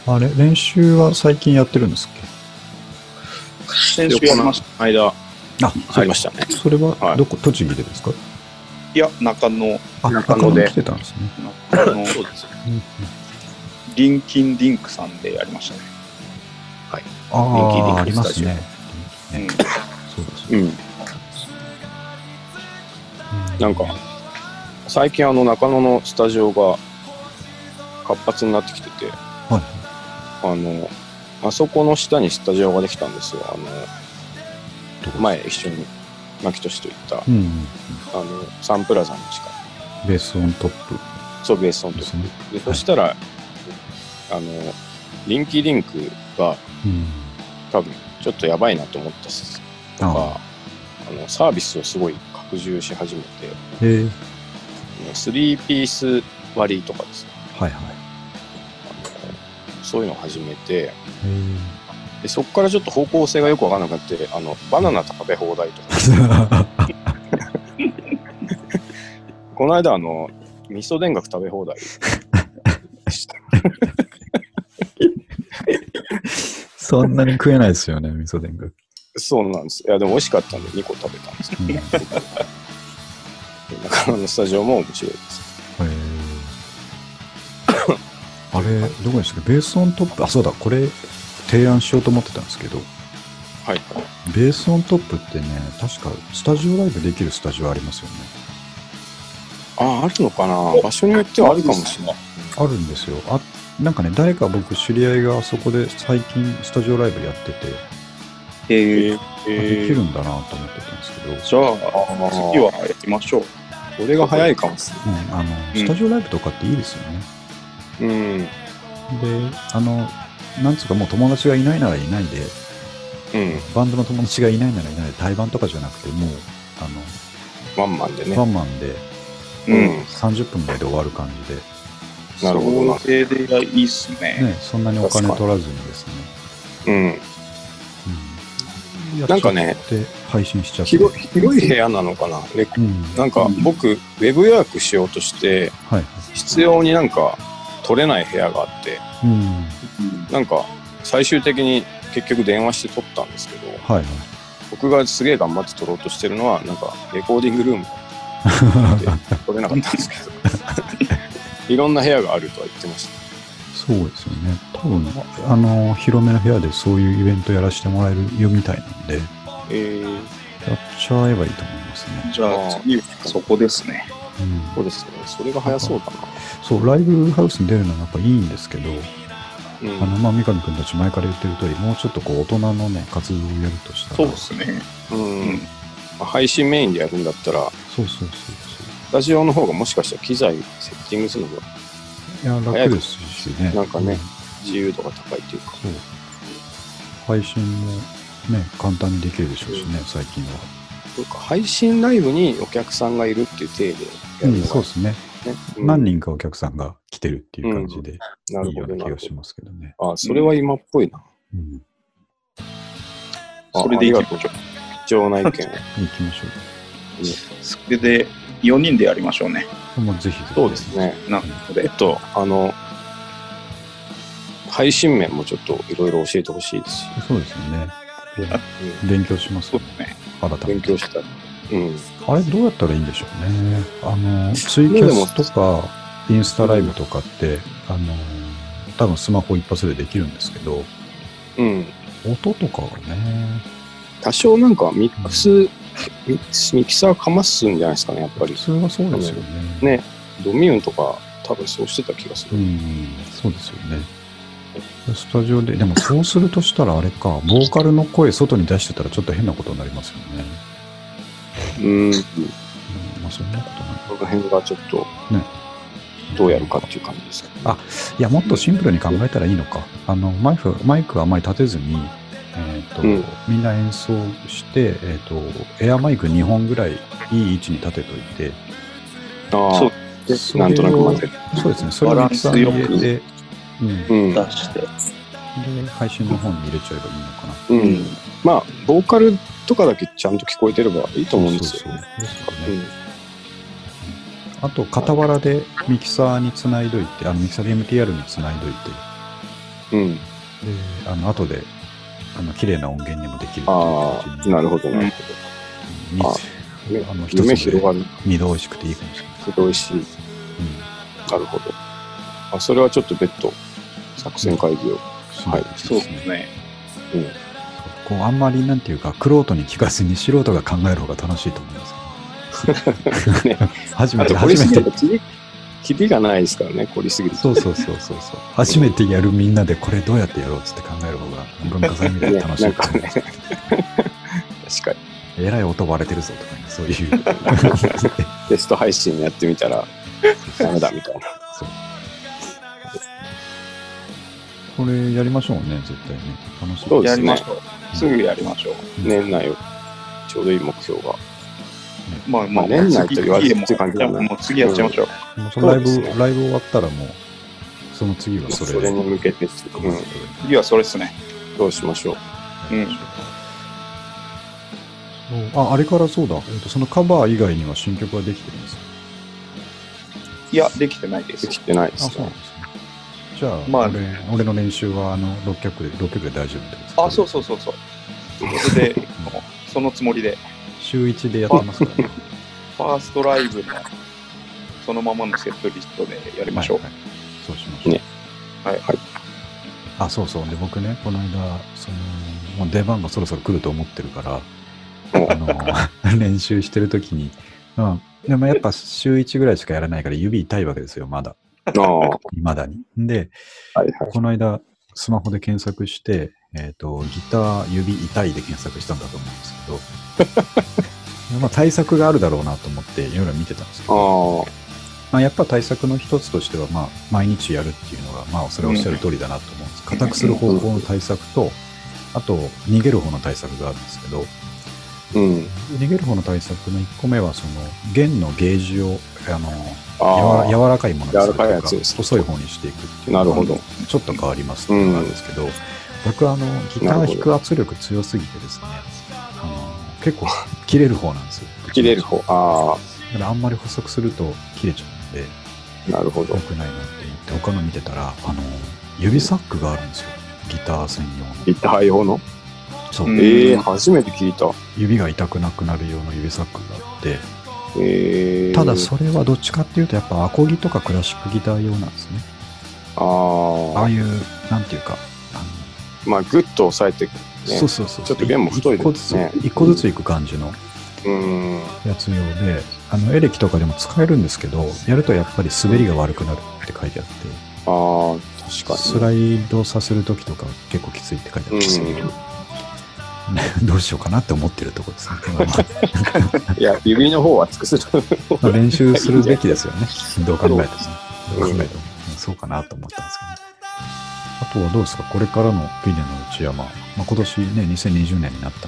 [SPEAKER 1] と。あれ、練習は最近やってるんですっ
[SPEAKER 3] 先週やりまし
[SPEAKER 2] この間
[SPEAKER 1] けあ、
[SPEAKER 2] 入りましたね。
[SPEAKER 1] それは
[SPEAKER 2] はい
[SPEAKER 1] どこ、栃木でですか
[SPEAKER 3] た。いや、中野、
[SPEAKER 1] あ、
[SPEAKER 2] 中
[SPEAKER 1] 中
[SPEAKER 2] 野
[SPEAKER 1] 野
[SPEAKER 2] で
[SPEAKER 1] で来てたんですね。
[SPEAKER 3] 中野、
[SPEAKER 2] そうです。
[SPEAKER 3] リンキンリンクさんでやりましたね。
[SPEAKER 1] ああ、あ
[SPEAKER 2] 人気
[SPEAKER 1] り
[SPEAKER 2] 人気
[SPEAKER 1] ま
[SPEAKER 2] ス
[SPEAKER 1] す
[SPEAKER 2] タジオ
[SPEAKER 1] ね。ね。そうです
[SPEAKER 2] うん。なんか、最近あの中野のスタジオが活発になってきてて、
[SPEAKER 1] は
[SPEAKER 2] あの、あそこの下にスタジオができたんですよ。あの、前一緒に、牧俊と行った、
[SPEAKER 1] い。うん。
[SPEAKER 2] あの、サンプラザの近く、
[SPEAKER 1] ベースオントップ
[SPEAKER 2] そう、ベースオンと
[SPEAKER 1] ですね。
[SPEAKER 2] で、そしたら、あの、リンキーリンクが
[SPEAKER 1] うん。
[SPEAKER 2] 多分、ちょっとやばいなと思ったしとか、あの、サービスをすごい拡充し始めて、
[SPEAKER 1] えー、
[SPEAKER 2] 3ピース割りとかですね
[SPEAKER 1] はいはい。
[SPEAKER 2] あのそういうのを始めて
[SPEAKER 1] えー
[SPEAKER 2] でそこからちょっと方向性がよくわからなくなってあのバナナ食べ放題とか この間あの味噌田楽食べ放題 した
[SPEAKER 1] そんなに食えないですよね、味噌田楽。
[SPEAKER 2] そうなんですいやでも美味しかったんで2個食べたんですけ
[SPEAKER 1] うんえー
[SPEAKER 2] ど中野のスタジオも面白いです
[SPEAKER 1] あれ、どこでしたっけベースオントップ、あ、そうだ、これ提案しようと思ってたんですけど、
[SPEAKER 2] はい
[SPEAKER 1] ベースオントップってね、確かスタジオライブできるスタジオありますよね。
[SPEAKER 2] あああるのかな場所によってはあるかもしれない
[SPEAKER 1] あるんですよ。あなんかね、誰か僕、知り合いがそこで最近スタジオライブやってて、
[SPEAKER 3] へえ。
[SPEAKER 1] あでき
[SPEAKER 2] え
[SPEAKER 1] るんだなと思ってたんですけど、
[SPEAKER 3] じゃあ、
[SPEAKER 2] ー
[SPEAKER 3] 次はやりましょう。
[SPEAKER 2] これが早いかもしれない
[SPEAKER 1] うん、あのスタジオライブとかっていいですよね。
[SPEAKER 2] うん
[SPEAKER 1] で、あの、なんつうかもう友達がいないならいないで、
[SPEAKER 2] うん
[SPEAKER 1] バンドの友達がいないならいないで、対バンとかじゃなくて、もう、あの、
[SPEAKER 2] ワンマンでね
[SPEAKER 1] ワンマンで
[SPEAKER 2] うん、
[SPEAKER 1] 30分ぐらいで終わる感じ
[SPEAKER 2] なるほどな
[SPEAKER 3] それでいいっすね。
[SPEAKER 1] で、ね、そんなにお金取らずにですね。
[SPEAKER 2] うん
[SPEAKER 1] うん
[SPEAKER 2] なんかね、
[SPEAKER 1] で配信しちゃって。
[SPEAKER 2] 広い広い部屋なのかなレコ
[SPEAKER 1] うん。
[SPEAKER 2] なんか
[SPEAKER 3] うん
[SPEAKER 2] 僕、ウェブ予約しようとして、
[SPEAKER 1] はい。
[SPEAKER 2] 必要になんか取れない部屋があって、
[SPEAKER 1] うん。
[SPEAKER 3] うん
[SPEAKER 2] なんか最終的に結局電話して取ったんですけど、
[SPEAKER 1] はい はい。
[SPEAKER 2] 僕がすげえ頑張って取ろうとしてるのは、なんかレコーディングルームで取れなか ったんですけど、いろんな部屋があるとは言ってまし。
[SPEAKER 1] そうですよね。多分、あの、広めの部屋でそういうイベントやらせてもらえるよみたいなんで、やった
[SPEAKER 2] えー、
[SPEAKER 1] ちゃえばいいと思いますね。
[SPEAKER 3] じゃあ次はそこですね。
[SPEAKER 1] うん。
[SPEAKER 2] そうですね。それが早そうだな。
[SPEAKER 1] そう、ライブハウスに出るのはやっぱいいんですけど、
[SPEAKER 2] う
[SPEAKER 1] あの、
[SPEAKER 2] ん。
[SPEAKER 1] まあ、三上くんたち前から言ってる通り、もうちょっとこう、大人のね、活動をやるとしたら、
[SPEAKER 3] そうですね。
[SPEAKER 2] うん
[SPEAKER 3] うん
[SPEAKER 2] まあ配信メインでやるんだったら、
[SPEAKER 1] そうそうそう
[SPEAKER 2] スタジオの方がもしかしたら機材セッティングするのが
[SPEAKER 1] そう。いや、楽ですしね。
[SPEAKER 2] なんかね自由度が高いというか。
[SPEAKER 1] そう。配信もね、簡単にできるでしょうしね、最近は。
[SPEAKER 2] なんか配信ライブにお客さんがいるっていう体でやるのが、
[SPEAKER 1] そうですね。
[SPEAKER 2] ね。うん
[SPEAKER 1] 何人かお客さんが来てるっていう感じで、い
[SPEAKER 2] ないる
[SPEAKER 1] よ
[SPEAKER 2] ほ
[SPEAKER 1] うな
[SPEAKER 2] どな
[SPEAKER 1] 気
[SPEAKER 2] る
[SPEAKER 1] が
[SPEAKER 2] ほ
[SPEAKER 1] しますけどね。
[SPEAKER 2] ど。あ、それは今っぽいな。
[SPEAKER 1] うん。
[SPEAKER 2] あ
[SPEAKER 3] それでいきま
[SPEAKER 2] あり
[SPEAKER 3] し
[SPEAKER 2] がと
[SPEAKER 3] ょ
[SPEAKER 2] う貴重な意見を。
[SPEAKER 1] 行きましょ
[SPEAKER 3] う。それで4人でやりましょうね。
[SPEAKER 1] う。もうぜひぜひ。
[SPEAKER 2] そうです。ね。
[SPEAKER 3] なの
[SPEAKER 2] え
[SPEAKER 3] で
[SPEAKER 2] っ。と、あの、配信面もちょっといろいろ教えてほしいですし、
[SPEAKER 1] そうですよね。
[SPEAKER 2] う
[SPEAKER 1] 勉強します
[SPEAKER 3] そ
[SPEAKER 1] よ
[SPEAKER 3] う
[SPEAKER 1] ね、
[SPEAKER 3] ですね。
[SPEAKER 1] 新
[SPEAKER 2] ん
[SPEAKER 1] た
[SPEAKER 2] 勉
[SPEAKER 1] に。
[SPEAKER 2] 強したい。うん。
[SPEAKER 1] あれ、どうやったらいいんでしょうね。あの、ツイキャスとか、インスタライブとかって、あの、多分スマホ一発でできるんですけど、
[SPEAKER 2] うん。
[SPEAKER 1] 音とかはね、
[SPEAKER 2] 多少なんかミックス、ミックスミキサーかますんじゃないですかね、やっぱり
[SPEAKER 1] 普。通はそうですよね。
[SPEAKER 2] ねドミューンとか多分そうしてた気がす
[SPEAKER 1] う
[SPEAKER 2] る。
[SPEAKER 1] ん、そうですよね。スタジオで、でもそうするとしたらあれか、ボーカルの声外に出してたらちょっと変なことになりますよね。
[SPEAKER 2] う
[SPEAKER 1] う
[SPEAKER 2] ん。
[SPEAKER 1] ん、まあそんなことない。
[SPEAKER 2] この辺がちょっと
[SPEAKER 1] ね、
[SPEAKER 2] どうやるかっていう感じですね。
[SPEAKER 1] あいや、もっとシンプルに考えたらいいのか。あの、マイク、マイクあまり立てずに、えっ、と、
[SPEAKER 2] うん
[SPEAKER 1] みんな演奏して、えっ、と、エアマイク2本ぐらいいい位置に立てといて、
[SPEAKER 2] ああ
[SPEAKER 3] そう
[SPEAKER 1] で
[SPEAKER 2] でなんとなく混ぜる。
[SPEAKER 1] そうですね、それをミキサーに入れて、うん、
[SPEAKER 2] うん
[SPEAKER 3] 出して。
[SPEAKER 1] で、配信の方に入れちゃえばいいのかな。
[SPEAKER 2] う、
[SPEAKER 3] うん
[SPEAKER 2] まあボーカルとかだけちゃんと聞こえてればいいと思うんですよ
[SPEAKER 1] そう
[SPEAKER 2] ね。
[SPEAKER 1] そうですよね。
[SPEAKER 2] うん
[SPEAKER 1] あと、傍らでミキサーにつないどいて、あのミキサーで MTR につないどい
[SPEAKER 2] う
[SPEAKER 1] て、
[SPEAKER 2] ん、
[SPEAKER 1] で、あの、後で、あの、綺麗な音源にもできるっていう
[SPEAKER 2] あ
[SPEAKER 1] 感
[SPEAKER 2] あ
[SPEAKER 1] じに
[SPEAKER 2] なるほどなるほ
[SPEAKER 1] に
[SPEAKER 2] あど。
[SPEAKER 1] あの、一つ
[SPEAKER 2] 夢
[SPEAKER 1] で
[SPEAKER 2] 広がる
[SPEAKER 1] 二度美味しくていいかもしれない。
[SPEAKER 2] 広いし
[SPEAKER 1] うん。
[SPEAKER 2] なるほど。あそれはちょっっと別途作戦会議を。
[SPEAKER 1] そう
[SPEAKER 2] はい
[SPEAKER 1] です
[SPEAKER 3] そう
[SPEAKER 1] ね
[SPEAKER 3] ですね。
[SPEAKER 1] そうこうあんまりなんていうか玄人に聞かずに素人が考える方が楽しいと思いますけ ど、ね、 初め
[SPEAKER 2] あ
[SPEAKER 1] て
[SPEAKER 2] と、凝り
[SPEAKER 1] 初
[SPEAKER 2] す
[SPEAKER 1] め
[SPEAKER 2] ぎ
[SPEAKER 1] て
[SPEAKER 2] るとキリ、キリがないですからね、凝りすぎると。
[SPEAKER 1] そうそうそうそうそう。初めてやるみんなでこれどうやってやろうっつって考える方が文化祭みたいに楽しいと思います。
[SPEAKER 2] 確かに。
[SPEAKER 1] えらい音割れてるぞとかね、そういう。
[SPEAKER 2] テスト配信やってみたら、 ダメだみたいな。
[SPEAKER 1] そうこれやりましょうね、絶対ね。楽しい。
[SPEAKER 2] そうで
[SPEAKER 3] や
[SPEAKER 2] す
[SPEAKER 3] り
[SPEAKER 2] ね
[SPEAKER 3] ましょう。すぐやりましょう。
[SPEAKER 2] 年内を、ちょうどいい目標が。
[SPEAKER 3] まあまあ、
[SPEAKER 2] まあ年内と言わず
[SPEAKER 3] 次も
[SPEAKER 2] っていう感じだな
[SPEAKER 3] もう次やっちゃいましょう。
[SPEAKER 1] もうそのライブ、
[SPEAKER 2] そうですね
[SPEAKER 1] ライブ終わったらもう、その次はそ
[SPEAKER 2] そ
[SPEAKER 1] れ
[SPEAKER 2] れに向けて、
[SPEAKER 1] そう
[SPEAKER 2] う
[SPEAKER 1] です
[SPEAKER 2] ん、
[SPEAKER 1] ね
[SPEAKER 3] 次はそれっすね。
[SPEAKER 2] どうしましょう。
[SPEAKER 3] うん
[SPEAKER 1] そうあ、あれからそうだ、えっとそのカバー以外には新曲はできてるんですか
[SPEAKER 3] いや、できてないで。
[SPEAKER 2] ですきてないで
[SPEAKER 1] あ、
[SPEAKER 2] す
[SPEAKER 1] そうなん
[SPEAKER 2] ね
[SPEAKER 1] で。すね。じゃあ、
[SPEAKER 3] まあ
[SPEAKER 1] 俺俺の練習はあの6曲で、6曲で大丈夫ってことですか
[SPEAKER 3] あ、そうそうそうそう。それで、もうそのつもりで、
[SPEAKER 1] 週1でやってますからね。
[SPEAKER 3] ファーストライブのそのままのセットリストでやりましょう
[SPEAKER 1] はい。はいそうしましょう。
[SPEAKER 2] ね
[SPEAKER 3] はい
[SPEAKER 2] はい
[SPEAKER 1] あ、そうそう。で、僕ね、この間、その、もう出番がそろそろ来ると思ってるから、あの、 練習してる時に、まあ、でもやっぱ週1ぐらいしかやらないから指痛いわけですよ、まだ。
[SPEAKER 2] ああ、はい
[SPEAKER 1] 未だに。で、
[SPEAKER 2] はい。
[SPEAKER 1] この間、スマホで検索して、えっ、と、ギター指痛いで検索したんだと思うんですけど、まあ対策があるだろうなと思っていろいろ見てたんですけ
[SPEAKER 2] あ
[SPEAKER 1] ど、
[SPEAKER 2] あ、
[SPEAKER 1] まあ、やっぱ対策の一つとしては、まあ、毎日やるっていうのが、まあ、それはおっしゃる通りだなと思うんです。固くする方法の対策と、あと、逃げる方の対策があるんですけど、
[SPEAKER 2] うん。
[SPEAKER 1] 逃げる方の対策の1個目は、その、弦のゲージを、あの、
[SPEAKER 2] あ
[SPEAKER 1] やわ柔らかいものにすると
[SPEAKER 2] 柔らかいやつ
[SPEAKER 1] か
[SPEAKER 2] で、す
[SPEAKER 1] 細い方にしていくって
[SPEAKER 2] あ、
[SPEAKER 1] いう。
[SPEAKER 2] なるほど。。
[SPEAKER 1] ちょっと変わりますっていうのがあるんですけど、僕はあの、ギター弾く圧力強すぎてですね、あの、結構切れる方なんですよ。
[SPEAKER 2] 切れる方。あ
[SPEAKER 1] だからあんまり補足すると切れちゃうんで、
[SPEAKER 2] あ、なるほど
[SPEAKER 1] 良。くないなって思って他の見てたらあの指サックがあるんですよギター専用の
[SPEAKER 2] ギター用の
[SPEAKER 1] そう、
[SPEAKER 3] うん
[SPEAKER 2] ええ初めて聞いた。
[SPEAKER 1] 指が痛くなくなる用の指サックがあって
[SPEAKER 2] ええ
[SPEAKER 1] ただそれはどっちかっていうとやっぱアコギとかクラシックギター用なんですねあ
[SPEAKER 2] あ
[SPEAKER 1] あ
[SPEAKER 2] あ、
[SPEAKER 1] いうなんていうかあの
[SPEAKER 2] まあ、ぐっと押さえて、ね
[SPEAKER 1] そうそうそう
[SPEAKER 2] ちょっと弦も太い
[SPEAKER 1] 一個
[SPEAKER 2] で
[SPEAKER 1] ずつ
[SPEAKER 2] すね
[SPEAKER 1] 一個ずついく感じの
[SPEAKER 2] うん。
[SPEAKER 1] やつ用であのエレキとかでも使えるんですけどやるとやっぱり滑りが悪くなるって書いてあって
[SPEAKER 2] ああ、確かに。
[SPEAKER 1] スライドさせるときとか結構きついって書いてあるんですけど、どうしようかなって思ってるところ ですね。
[SPEAKER 2] いや、指の方は尽くす る。
[SPEAKER 1] まあ練習するべきですよね。どう考えてもね。どう考えても。そうかなと思ったんですけど、あとはどうですかこれからのビデの内山。まあ、今年ね、2020年になった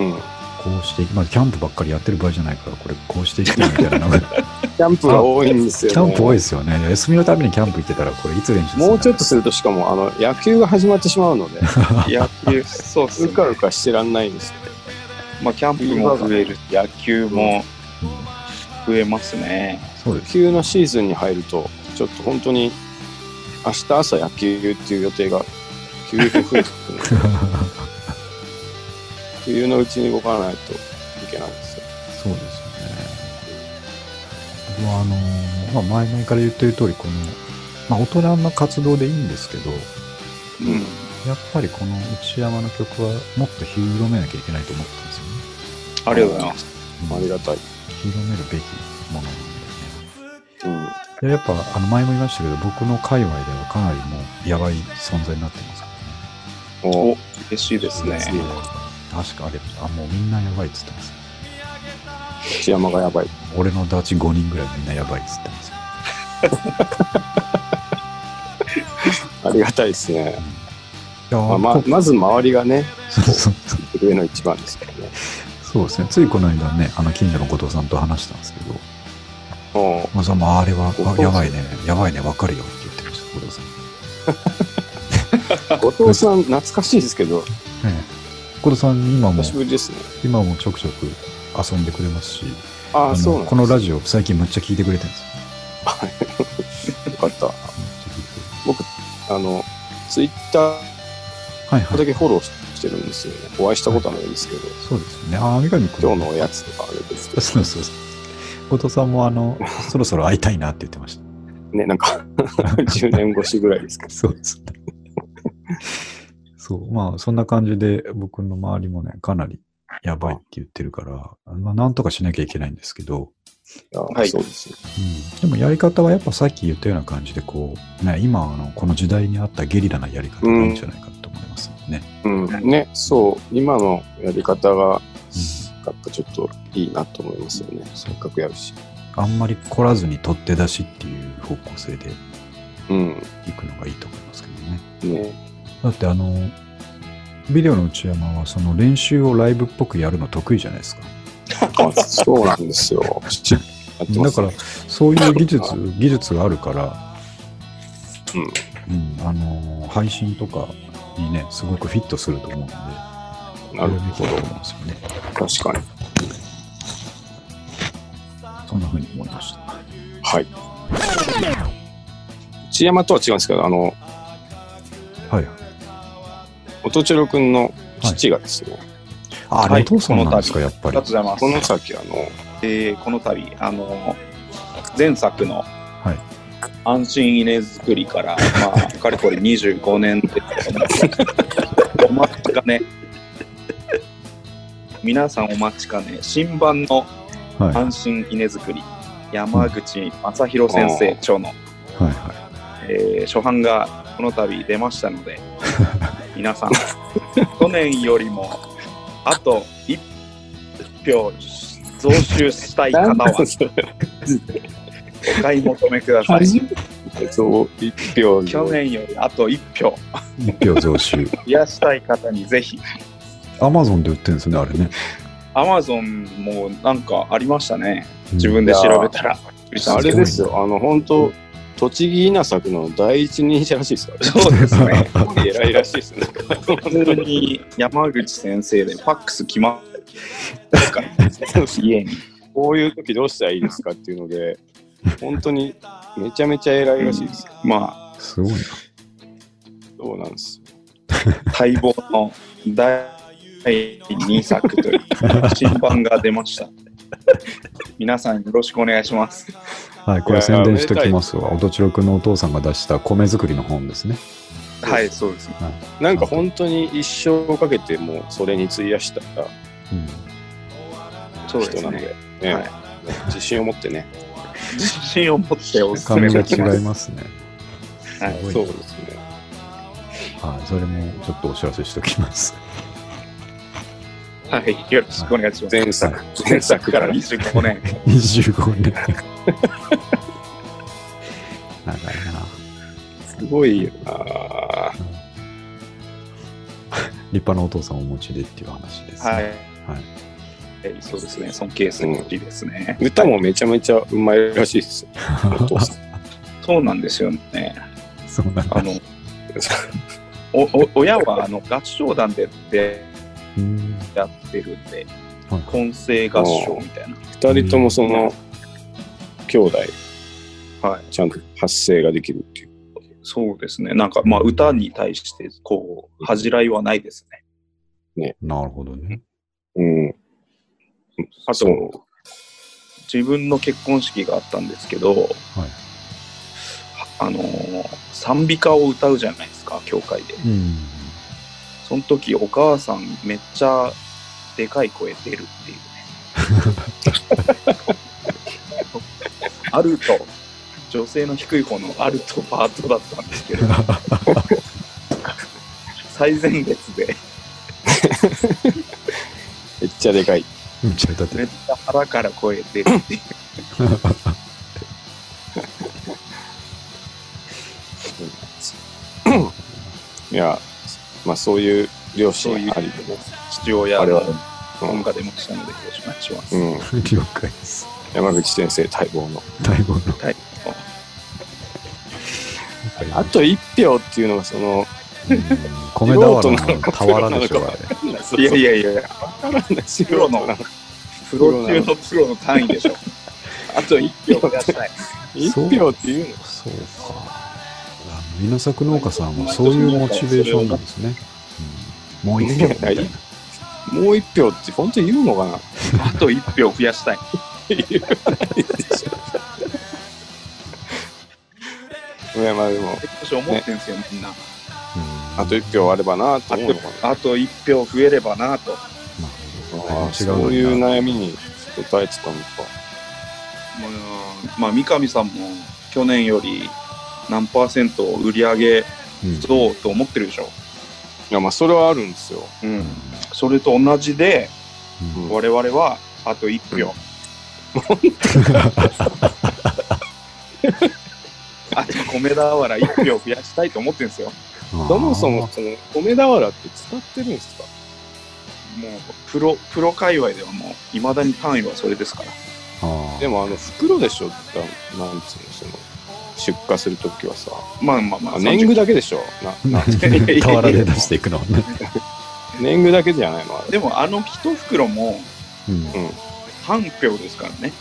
[SPEAKER 1] んで、
[SPEAKER 2] うん。
[SPEAKER 1] こうしていき、まあ、キャンプばっかりやってる場合じゃないから、これこうしていきたいみたいな のが、キ
[SPEAKER 2] キャンプが多いんですよ、
[SPEAKER 1] ャンプ多い
[SPEAKER 2] い。
[SPEAKER 1] ですよね。休みのためにキャンプ行ってたら、これいつ練習するんだ
[SPEAKER 2] もうちょっとするとしかも、あの、野球が始まってしま うので、
[SPEAKER 3] 野球、そうっす
[SPEAKER 2] う
[SPEAKER 3] ね。
[SPEAKER 2] かうかしてらんないんですよ。
[SPEAKER 3] まあ、キャンプも増えるし、野球も
[SPEAKER 1] うん
[SPEAKER 3] 増えますね。
[SPEAKER 1] そうで
[SPEAKER 2] 野
[SPEAKER 1] す。
[SPEAKER 2] 球のシーズンに入ると、ちょっと本当に、明日朝野球っていう予定が急に 増えてくるので冬のうちに動かないといけないんですよ。
[SPEAKER 1] そうですよね。僕はあのーまあ、前々から言ってる通り、この、まあ、大人の活動でいいんですけど、
[SPEAKER 3] うん。
[SPEAKER 1] やっぱりこの内山の曲はもっと広めなきゃいけないと思ったんですよね。
[SPEAKER 3] ありがとうございます。
[SPEAKER 2] ありがたい。
[SPEAKER 1] 広めるべきものなんで
[SPEAKER 2] うん。
[SPEAKER 1] すね。でやっぱ、あの、前も言いましたけど、僕の界隈ではかなりもう、やばい存在になってますから
[SPEAKER 2] お
[SPEAKER 3] お、嬉しいですね。
[SPEAKER 1] ね。確かあれ、あ、もうみんなやばいっつってます。
[SPEAKER 2] 内山がやばい。
[SPEAKER 1] 俺のダチ5人ぐらいみんなやばいっつってますよ。
[SPEAKER 2] ありがたいですね。
[SPEAKER 1] いやー
[SPEAKER 2] まあ、ま
[SPEAKER 1] こ
[SPEAKER 2] まず周りがね、
[SPEAKER 1] そうそうそう
[SPEAKER 2] 上の一番ですけどね。
[SPEAKER 1] そうですね。ついこの間ね、あの、近所の後藤さんと話したんですけど、
[SPEAKER 2] お
[SPEAKER 1] まあ、そのあれは
[SPEAKER 2] 後藤、さん
[SPEAKER 1] やばいね、やばいね、わかるよって言ってました、後藤さん。
[SPEAKER 2] 後藤さん、懐かしいですけど、
[SPEAKER 1] ええ後藤さん、今も
[SPEAKER 2] 久、しぶりですね。
[SPEAKER 1] 今もちょくちょく遊んでくれますし、
[SPEAKER 2] あ
[SPEAKER 1] あ
[SPEAKER 2] あ、
[SPEAKER 1] の
[SPEAKER 2] そうなん
[SPEAKER 1] このラジオ、最近むっちゃ聞いてくれてるんですよ。むっちゃ聞いてく
[SPEAKER 2] オよかった。
[SPEAKER 1] れて
[SPEAKER 2] あの、ツイッター
[SPEAKER 1] るはいは
[SPEAKER 2] だ
[SPEAKER 1] い。
[SPEAKER 2] けフォローしてるんですよね。お会いしたことはないですけど、
[SPEAKER 1] そうですね。ああ、三上君。
[SPEAKER 2] 今日のおやつとかあれです け
[SPEAKER 1] そうそうそう。後藤さんも、あ の、そろそろ会いたいなって言ってました。
[SPEAKER 2] ど、ね、なんか、10年越しぐらいですけど、
[SPEAKER 1] そうですね。そう、まあそんな感じで僕の周りもね、かなりやばいって言ってるから、まあなんとかしなきゃいけないんですけど、
[SPEAKER 3] はい
[SPEAKER 2] そうですよ。
[SPEAKER 1] うん、でもやり方はやっぱさっき言ったような感じで、こう、ね、今あのこの時代に合ったゲリラなやり方がいいんじゃないかと思いますね。
[SPEAKER 2] うん、ね、そう、今のやり方が、やっぱちょっといいなと思いますよね。せっかくやるし。
[SPEAKER 1] あんまり凝らずに取って出しっていう方向性で
[SPEAKER 2] うん、
[SPEAKER 1] いくのがいいと思いますけどね。
[SPEAKER 2] ね。
[SPEAKER 1] だってあの、ビデオの内山はその練習をライブっぽくやるの得意じゃないですか。
[SPEAKER 2] あそうなんですよ。やってま
[SPEAKER 1] だ
[SPEAKER 2] す
[SPEAKER 1] か
[SPEAKER 2] ね
[SPEAKER 1] ら、そういう技術、技術があるから、うん、あのー、配信とかにね、すごくフィットすると思うんで、
[SPEAKER 2] うん、な
[SPEAKER 1] や。
[SPEAKER 2] るほど
[SPEAKER 1] べきだと思うんですよね。
[SPEAKER 2] 確かに。
[SPEAKER 1] そんな風に思いました。
[SPEAKER 2] はい。内山とは違うんですけど、あの、
[SPEAKER 1] はい。
[SPEAKER 2] 音千代くんの父がですね、
[SPEAKER 1] あ、
[SPEAKER 3] は
[SPEAKER 1] れ
[SPEAKER 3] い
[SPEAKER 1] お父さんなんですか、やっぱ
[SPEAKER 3] ありが
[SPEAKER 1] り
[SPEAKER 3] とう。ございます。
[SPEAKER 2] この先、あの、
[SPEAKER 3] えーこの度あの前作の
[SPEAKER 1] い
[SPEAKER 3] 「安心稲作り」から、まあ、かれこれ25年ですけども お待ちかね皆さんお待ちかね新版の「
[SPEAKER 1] はい。はい
[SPEAKER 3] 安心稲作り」山口正弘先生著の、
[SPEAKER 1] は
[SPEAKER 3] えー初版がこの度出ましたの で皆さん去年よりもあと1票増収したい 方はお買い求めください。
[SPEAKER 2] そう、一票
[SPEAKER 3] 去年よりあと1票
[SPEAKER 1] い。一票 増収。
[SPEAKER 3] 増やしたい方にぜひ、
[SPEAKER 1] アマゾンで売ってるんですね、あれね。
[SPEAKER 3] Amazon もなんかありましたね。自分で調べたら。
[SPEAKER 2] あれですよ、あの、本当栃木稲作の第一人者らしいです から、
[SPEAKER 3] そうですね。
[SPEAKER 2] 偉いらしいですね。
[SPEAKER 3] 普通に山口先生でファックス来ますから家に。
[SPEAKER 2] こういう時どうしたらいいですかっていうので、本当にめちゃめちゃ偉いらしいです。
[SPEAKER 3] ます
[SPEAKER 1] ごいな。
[SPEAKER 2] そうなんですよ。
[SPEAKER 3] あ、待望の第2作という新版が出ま した。皆さんよろしくお願いします。
[SPEAKER 1] はい、これ宣伝しときますわ。おとちろくんのお父さんが出した米作りの本ですね。
[SPEAKER 3] はい、そうですね。
[SPEAKER 2] なんか本当に一生かけてもうそれに費やした
[SPEAKER 1] うん。
[SPEAKER 3] そうで
[SPEAKER 2] 人
[SPEAKER 3] す
[SPEAKER 2] なんで、
[SPEAKER 3] ね。
[SPEAKER 2] ね
[SPEAKER 3] はい
[SPEAKER 2] 自信を持ってね。
[SPEAKER 3] 自信を持ってお勧
[SPEAKER 1] 感
[SPEAKER 3] め
[SPEAKER 1] じが
[SPEAKER 3] できま
[SPEAKER 1] 違い
[SPEAKER 3] す。
[SPEAKER 1] ますね。
[SPEAKER 3] はい
[SPEAKER 1] すごい
[SPEAKER 2] そうですね。
[SPEAKER 1] はい、それもちょっとお知らせしておきます。
[SPEAKER 3] はい、よろしくお願いします。
[SPEAKER 2] 前作、前作
[SPEAKER 3] か
[SPEAKER 2] からら。
[SPEAKER 3] 25年。
[SPEAKER 1] 25年。 長いな。
[SPEAKER 2] すごいよな。
[SPEAKER 1] 立派なお父さんをお持ちでっていう話です、
[SPEAKER 3] はい
[SPEAKER 1] ね。。はい。
[SPEAKER 3] そうですね。尊敬する時ですね。
[SPEAKER 2] 歌もめちゃめちゃうまいらしいですよ。お父さん
[SPEAKER 3] そうなんですよね。
[SPEAKER 1] そうなんだ
[SPEAKER 3] あ。の、おお親はあの合唱団でで
[SPEAKER 1] うん
[SPEAKER 3] やってるんで、
[SPEAKER 1] はい
[SPEAKER 3] 混声合唱みたいな。
[SPEAKER 2] 二人ともその、兄弟、
[SPEAKER 3] はい、
[SPEAKER 2] ちゃんと発声ができるっていう。
[SPEAKER 3] そうですね。なんか、まあ、歌に対して、こう、恥じらいはないですね。
[SPEAKER 1] なるほどね。
[SPEAKER 2] うん。
[SPEAKER 3] あ
[SPEAKER 2] そう
[SPEAKER 3] と、自分の結婚式があったんですけど、あのー賛美歌を歌うじゃないですか、教会で。
[SPEAKER 1] うん。
[SPEAKER 3] その時、お母さん、めっちゃでかい声出るっていうね。アルト、女性の低い方のアルトパートだったんです けど、 最前列で、
[SPEAKER 2] めっちゃでかい。
[SPEAKER 1] めっちゃ歌って
[SPEAKER 3] めっ
[SPEAKER 1] る。
[SPEAKER 3] ちゃ腹から声出るっていう。
[SPEAKER 2] いや、まあそういう両親
[SPEAKER 3] そういう
[SPEAKER 2] ありでも。
[SPEAKER 3] 父親
[SPEAKER 2] あれ
[SPEAKER 3] の
[SPEAKER 2] は
[SPEAKER 3] 本が出ましたので、よろしくお願いします。
[SPEAKER 2] うん。うん
[SPEAKER 1] 了解です。
[SPEAKER 2] 山口先生待望の。
[SPEAKER 1] 待望の。
[SPEAKER 3] はい
[SPEAKER 2] あと一票っていうのがそ の、
[SPEAKER 1] うん米
[SPEAKER 2] 素人な
[SPEAKER 1] 俵
[SPEAKER 2] の
[SPEAKER 1] の
[SPEAKER 2] か
[SPEAKER 1] 俵でしょ、あれ。
[SPEAKER 3] いやいやいやいや、
[SPEAKER 2] わからない素
[SPEAKER 3] プロ
[SPEAKER 2] 人
[SPEAKER 3] の
[SPEAKER 2] な、
[SPEAKER 3] プロ中のプロの単位でし ょ。あと1票ください。
[SPEAKER 2] 一
[SPEAKER 1] そう
[SPEAKER 2] 票っていうの
[SPEAKER 1] そうか。あの稲作農家さんはそういうモチベーションなんですね。うんもう一票みたいな。
[SPEAKER 2] もう一票って本当に言うのかな
[SPEAKER 3] あと1票増やしたい。
[SPEAKER 2] いやまあでも
[SPEAKER 3] 私思ってんすよ、みんな。
[SPEAKER 1] うん
[SPEAKER 2] あと1票あればなと
[SPEAKER 3] あ
[SPEAKER 2] 思うのか
[SPEAKER 3] とあと1票増えればなと。
[SPEAKER 2] な。ああ
[SPEAKER 1] 違う
[SPEAKER 2] そ
[SPEAKER 1] のにな
[SPEAKER 2] ういう悩みに答えてたのか。
[SPEAKER 3] まあ、三上さんも去年より何パーセント売り上げ
[SPEAKER 1] うん
[SPEAKER 3] 増と思ってるでしょ。
[SPEAKER 2] いや、まあ、それはあるんですよ。
[SPEAKER 3] うん。それと同じで、
[SPEAKER 1] うん
[SPEAKER 3] 我々はあと1票。あと米俵1票増やしたいと思ってるんですよ。
[SPEAKER 2] そもそも、その、米俵って使ってるんですか
[SPEAKER 3] もうプロ、プロ界隈ではもう、いまだに単位はそれですから。
[SPEAKER 1] あー
[SPEAKER 2] でも、あの、袋でしょななんつうの、その、出荷するときはさ、
[SPEAKER 3] まあまあまあ、
[SPEAKER 2] あ年貢だけでしょな、な、
[SPEAKER 1] 俵で出していくのはね。
[SPEAKER 2] 年貢だけじゃないのあれ。
[SPEAKER 3] でもあの一袋も
[SPEAKER 1] うん
[SPEAKER 3] 半票ですからね。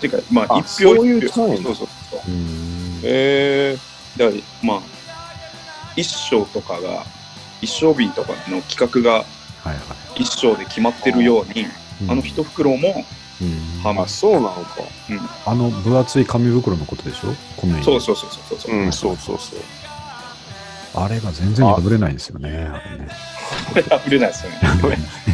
[SPEAKER 3] ていうか、まあ
[SPEAKER 2] あ
[SPEAKER 3] 一票
[SPEAKER 2] そういう
[SPEAKER 3] 一票
[SPEAKER 2] 単位
[SPEAKER 3] そうそうそう。
[SPEAKER 1] うん
[SPEAKER 2] え
[SPEAKER 3] だからまあ一章とかが一章瓶とかの企画が
[SPEAKER 1] はいは
[SPEAKER 3] 一章で決まってるように
[SPEAKER 1] い。
[SPEAKER 3] あの一袋も
[SPEAKER 1] うん
[SPEAKER 2] ー、
[SPEAKER 3] 半
[SPEAKER 2] あ、そうなのか。
[SPEAKER 1] あの分厚い紙袋のことでしょ米に
[SPEAKER 3] そうそうそうそうそうう、
[SPEAKER 2] ん、そうそうそう。
[SPEAKER 1] あれが全然破れないんですよね。あれね
[SPEAKER 3] これ破れないですよね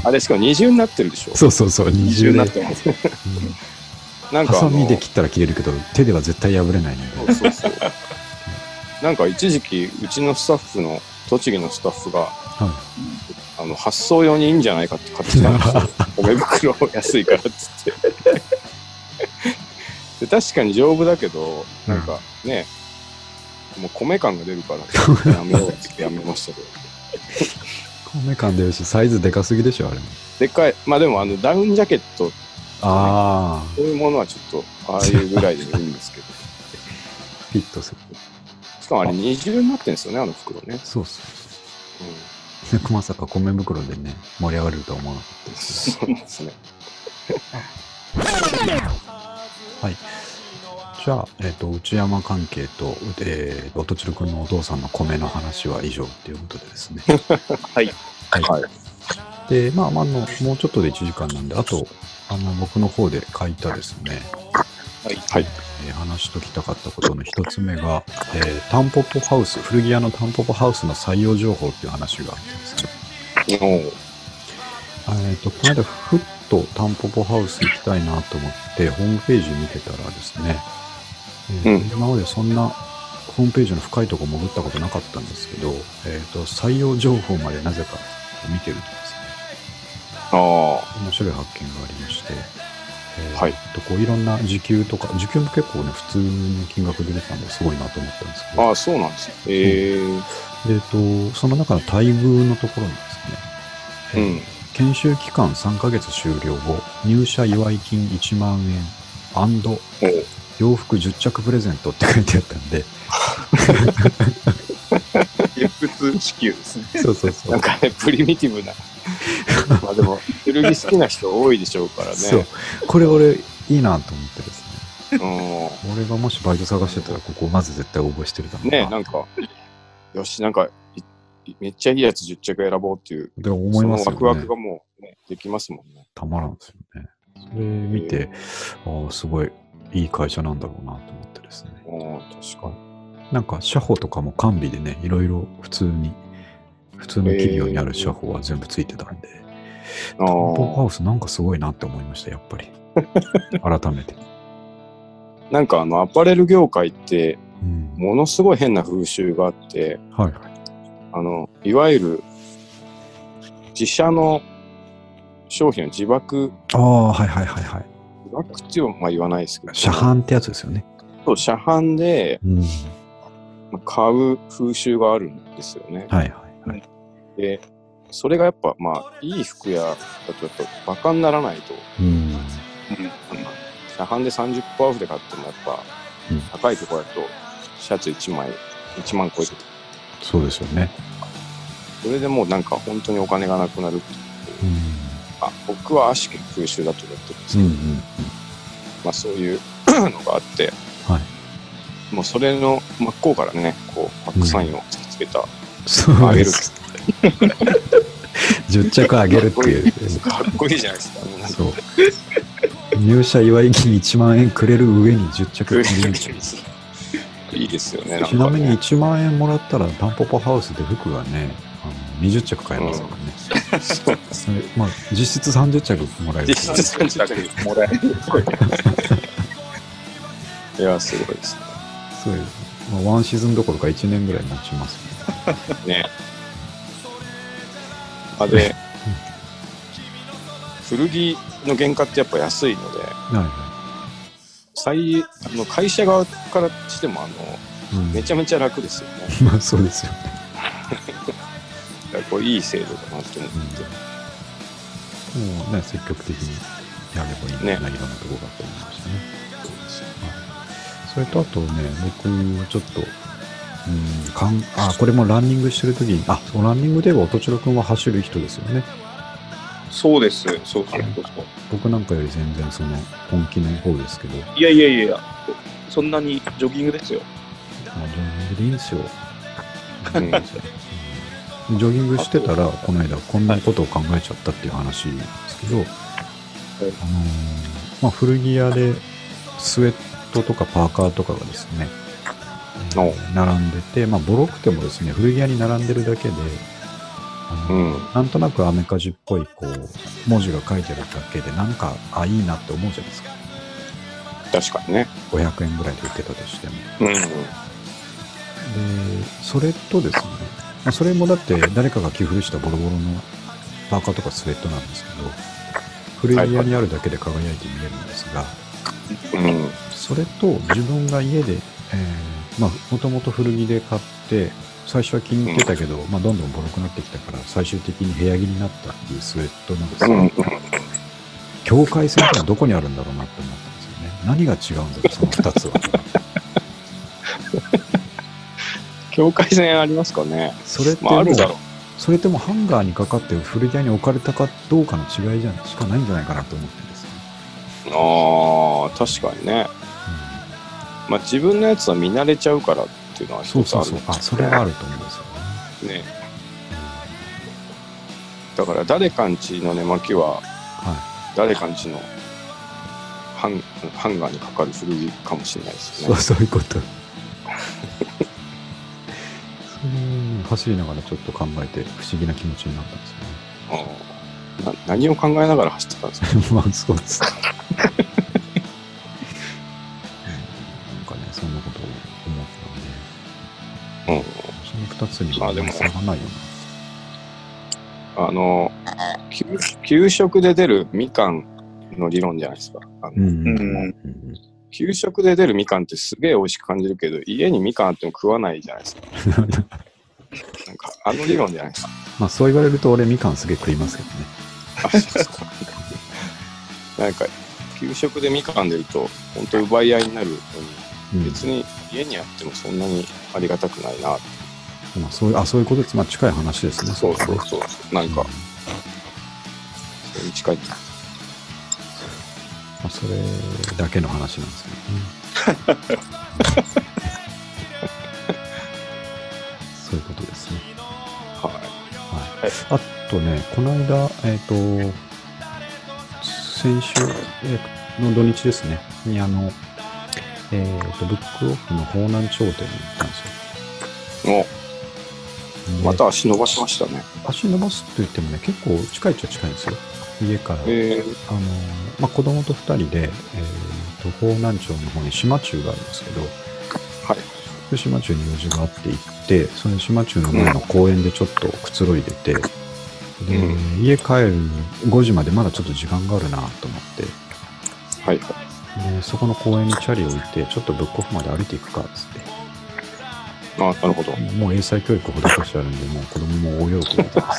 [SPEAKER 2] あれしかも二重になってるでしょ
[SPEAKER 1] そうそうそう、二
[SPEAKER 3] 二重に
[SPEAKER 1] 重で。う
[SPEAKER 3] なっ
[SPEAKER 1] ん
[SPEAKER 3] てます
[SPEAKER 2] なん
[SPEAKER 1] ハ
[SPEAKER 2] かあ
[SPEAKER 1] サ
[SPEAKER 2] の
[SPEAKER 1] ミで切ったら切れるけど、手では絶対破れないの
[SPEAKER 2] そうそうそう。なんか一時期、うちのスタッフの、栃木のスタッフが、あの発送用にいいんじゃないかって買ってきたんですよ。 米袋安いからっつって。 で確かに丈夫だけど、なんかね、もう米感が出るから、やめようっつってやめましたけど。
[SPEAKER 1] 米感出るし、サイズでかすぎでしょ、あれも。
[SPEAKER 2] でっかい、まあでもあのダウンジャケット、
[SPEAKER 1] ああ、
[SPEAKER 2] そういうものはちょっと、ああいうぐらいでもいいんですけど。
[SPEAKER 1] フィットする。
[SPEAKER 2] しかもあれ二重になってるんですよね、あの袋ね。
[SPEAKER 1] そう そう。なんかまさか米袋でね、盛り上がれるとは思わなかったです。
[SPEAKER 2] そうですね。
[SPEAKER 1] じゃあ、えっと内山関係と、えー、音千代君のお父さんの米の話は以上ということでです ね。
[SPEAKER 3] はい。
[SPEAKER 1] はい。で、まあ、まああの、もうちょっとで1時間なんで、あと、あの、僕の方で書いたですね、
[SPEAKER 3] はい、
[SPEAKER 2] はい。
[SPEAKER 1] えー話しときたかったことの一つ目が、えー、タンポポハウス、古着屋のタンポポハウスの採用情報っていう話があったんですね。
[SPEAKER 2] おう
[SPEAKER 1] あえっと、この間、ふっとタンポポハウス行きたいなと思って、ホームページ見てたらですね、えー
[SPEAKER 2] うん
[SPEAKER 1] 今までそんなホームページの深いところ潜ったことなかったんですけど、えっと採用情報までなぜか見てるとですね、
[SPEAKER 2] ああ、
[SPEAKER 1] 面白い発見がありまして、えー
[SPEAKER 2] はい
[SPEAKER 1] とこういろんな時給とか、時給も結構ね、普通の金額で出てたんですごいなと思ったんですけど、
[SPEAKER 2] ああ、そうなんですね。ええ
[SPEAKER 1] でえっとその中の待遇のところにですね、えー
[SPEAKER 2] うん。
[SPEAKER 1] 研修期間3ヶ月終了後、入社祝い金1万円洋服10着プレゼントって書いてあったんで、
[SPEAKER 3] 普通支給ですね
[SPEAKER 1] そうそうそ
[SPEAKER 2] なんかね、プリミティブな。まあでも、古着好きな人多いでしょうからね。
[SPEAKER 1] そう。これ俺、いいなと思ってですね。
[SPEAKER 2] う
[SPEAKER 1] 俺がもしバイト探してたら、ここまず絶対応募してるだろ
[SPEAKER 2] ん。
[SPEAKER 1] う
[SPEAKER 2] ね
[SPEAKER 1] な。
[SPEAKER 2] なんか、よし、なんか、いめっちゃいいやつ10着選ぼうっていう、
[SPEAKER 1] で思います
[SPEAKER 2] そ
[SPEAKER 1] よ
[SPEAKER 2] の
[SPEAKER 1] ね。
[SPEAKER 2] ワクワクがもう、ね、できますもんね。
[SPEAKER 1] たまらんですよね。それ見て、ああ、すごいいい会社なんだろうなと思ってですね。
[SPEAKER 2] うん、確かに。
[SPEAKER 1] なんか、社保とかも完備でね、いろいろ普通に、普通の企業にある社保は全部ついてたんで、タ
[SPEAKER 2] あ
[SPEAKER 1] ンポハ
[SPEAKER 2] ー
[SPEAKER 1] ウスなんかすごいなって思いました、やっぱ り。改めて。
[SPEAKER 2] なんかあの、アパレル業界って、
[SPEAKER 1] うん。
[SPEAKER 2] ものすごい変な風習があって、
[SPEAKER 1] はいはい。
[SPEAKER 2] あの、いわゆる、自社の商品を自爆、
[SPEAKER 1] ああ、はいはいはいはい。
[SPEAKER 2] 自爆っていうのはまあ言わないですけど、
[SPEAKER 1] 車販ってやつですよね。
[SPEAKER 2] そう、車販で、
[SPEAKER 1] うん。はい
[SPEAKER 2] 買う風習があるんですよね。
[SPEAKER 1] はいはい。
[SPEAKER 2] で、それがやっぱ、まあ、いい服屋だとやっぱバカにならないと、
[SPEAKER 1] うん。
[SPEAKER 2] 車販で30%オフで買ってもやっぱ
[SPEAKER 1] うん、
[SPEAKER 2] 高いところだと、シャツ1枚、1万超えてて、
[SPEAKER 1] そうですよね。
[SPEAKER 2] それでもうなんか本当にお金がなくなる。
[SPEAKER 1] うん。
[SPEAKER 2] あ、僕は悪しき風習だと思ってるんです
[SPEAKER 1] う
[SPEAKER 2] けど、
[SPEAKER 1] んうん。
[SPEAKER 2] まあそういう のがあって、
[SPEAKER 1] はい。
[SPEAKER 2] もうそれの真っ向からね、こう、バックサインを突きつけた、
[SPEAKER 1] そ
[SPEAKER 2] あ
[SPEAKER 1] う
[SPEAKER 2] げ
[SPEAKER 1] で
[SPEAKER 2] る。
[SPEAKER 1] す。10着あげるっていう。
[SPEAKER 2] かっこいいじゃないですか。なんか
[SPEAKER 1] そう。入社祝い金1万円くれる上に10着
[SPEAKER 2] ク
[SPEAKER 1] あ
[SPEAKER 2] ー
[SPEAKER 1] げる
[SPEAKER 2] ルにいいですよね。なんか
[SPEAKER 1] ち
[SPEAKER 2] ね
[SPEAKER 1] なみに1万円もらったらタンポポハウスで服がねあの20着買えますからね、それまあ、実質30着もらえる
[SPEAKER 2] 実質30
[SPEAKER 3] 着もらえる。
[SPEAKER 2] いや、すごいです
[SPEAKER 1] そういう、まあ、ワンシーズンどころか1年ぐらい持ちますね
[SPEAKER 2] ね。ねあで、古着の原価ってやっぱ安いので、
[SPEAKER 1] は
[SPEAKER 2] 最あの会社側からしてもあの
[SPEAKER 1] いはい、うん
[SPEAKER 2] めちゃめちゃ楽ですよね。
[SPEAKER 1] まあそうですよね、
[SPEAKER 2] だからこれいい制度だなと思って。
[SPEAKER 1] もうね積極的にやればいいんだな、いろんなとこがって思いましたねはいそれとあとね僕はちょっとうんかんあこれもランニングしてる時にあそうランニングでは音千代君は走る人ですよね
[SPEAKER 3] そうです。そうそうそうそう。
[SPEAKER 1] 僕なんかより全然その本気の方ですけど、
[SPEAKER 3] いやいやいやいや、そんなにジョギングですよ。
[SPEAKER 1] まあ、ジョギングでいいんですよ。
[SPEAKER 2] うん
[SPEAKER 1] ジョギングしてたら、この間こんなことを考えちゃったっていう話ですけど、あのーまあ、古着屋でスウェットとかパーカーとかがですね、えー
[SPEAKER 2] おう
[SPEAKER 1] 並んでて、まあ、ボロくてもですね、古着屋に並んでるだけで、あのー
[SPEAKER 2] うん。
[SPEAKER 1] なんとなくアメカジっぽいこう文字が書いてあるだけでなんかあいいなって思うじゃないですか
[SPEAKER 2] 確かにね。
[SPEAKER 1] 500円ぐらいで売ってたとしても
[SPEAKER 2] うん。
[SPEAKER 1] でそれとですねまあそれもだって誰かが着古したボロボロのパーカーとかスウェットなんですけど古着屋にあるだけで輝いて見えるんですが
[SPEAKER 2] うん。
[SPEAKER 1] それと自分が家でもともと古着で買って最初は気に入ってたけど、まあ、どんどんボロくなってきたから最終的に部屋着になったっていうスウェットなんです
[SPEAKER 2] う
[SPEAKER 1] が、
[SPEAKER 2] ん。
[SPEAKER 1] 境界線ってのはどこにあるんだろうなって思ったんですよね何が違うんだろうその2つは
[SPEAKER 2] 境界線ありますかね。
[SPEAKER 1] それって
[SPEAKER 2] まあ、
[SPEAKER 1] も
[SPEAKER 2] あ
[SPEAKER 1] う
[SPEAKER 2] るだろ
[SPEAKER 1] それともハンガーにかかって古着屋に置かれたかどうかの違いじゃしかないんじゃないかなと思ってですね。
[SPEAKER 2] う。ああ、確かにね。まあ、自分のやつは見慣れちゃうからっていうのは
[SPEAKER 1] そう
[SPEAKER 2] 一つ
[SPEAKER 1] そ
[SPEAKER 2] あ
[SPEAKER 1] うそ
[SPEAKER 2] るん
[SPEAKER 1] う
[SPEAKER 2] で。
[SPEAKER 1] あ、それはあると思うんですよね。
[SPEAKER 2] すね。だから、誰かんちの寝巻きは、
[SPEAKER 1] は
[SPEAKER 2] 誰かんちのハンハンガーにかかる古着かもしれないで
[SPEAKER 1] い。
[SPEAKER 2] す
[SPEAKER 1] そう、
[SPEAKER 2] ね。
[SPEAKER 1] そういうこと。それを走りながらちょっと考えて不思議な気持ちになったんで
[SPEAKER 2] うんな何を考えながら走ってたんですか
[SPEAKER 1] すよね。まあ、そうです。うんなんかね、そんなことを思ったんで、その二つに
[SPEAKER 2] ま
[SPEAKER 1] は
[SPEAKER 2] あでも
[SPEAKER 1] 差がないよ
[SPEAKER 2] あの給給食で出るみかんの理論じゃないですかあの、
[SPEAKER 1] な。うん
[SPEAKER 3] うん
[SPEAKER 1] うん
[SPEAKER 2] 給食で出るみかんってすげえ美味しく感じるけど家にみかんあっても食わないじゃないです かなんかあの理論じゃないですか
[SPEAKER 1] まあそう言われると俺みかんすげえ食いますけどね。
[SPEAKER 2] あそうですかなんか給食でみかん出ると本当奪い合いになるの
[SPEAKER 1] うん
[SPEAKER 2] に別に家にあってもそんなにありがたくないなって
[SPEAKER 1] まあそういうあそういうことです。まあ近い話ですね。
[SPEAKER 2] そう
[SPEAKER 1] れは
[SPEAKER 2] そ
[SPEAKER 1] ね
[SPEAKER 2] うそうなんかそれに近い
[SPEAKER 1] まあそれだけの話なんですけどね。 そういうことですね。
[SPEAKER 2] は
[SPEAKER 1] はい。あとね、この間、えっ、と、先週えーの土日ですね、にあの、えっ、と、ブックオフの方南頂点に行ったんです
[SPEAKER 2] いも
[SPEAKER 1] よ。
[SPEAKER 2] う
[SPEAKER 1] で
[SPEAKER 2] また足伸ばしましたね
[SPEAKER 1] 足伸ばすと言ってもね結構近いっちゃ近いんですよ家から、
[SPEAKER 2] えー
[SPEAKER 1] あのまあ、子供と2人で、えーと方南町の方に島中があるんですけど、
[SPEAKER 2] はい
[SPEAKER 1] で島中に用事があって行ってその島中の前の公園でちょっとくつろいでて、で
[SPEAKER 2] う
[SPEAKER 1] 家帰る5時までまだちょっと時間があるなと思って
[SPEAKER 2] はいは
[SPEAKER 1] でそこの公園にチャリ置いてちょっとブックオフまで歩いていくかっつって
[SPEAKER 2] いあなるほど
[SPEAKER 1] もう英才教育施してあるんでもう子供も大喜びでですね
[SPEAKER 2] あ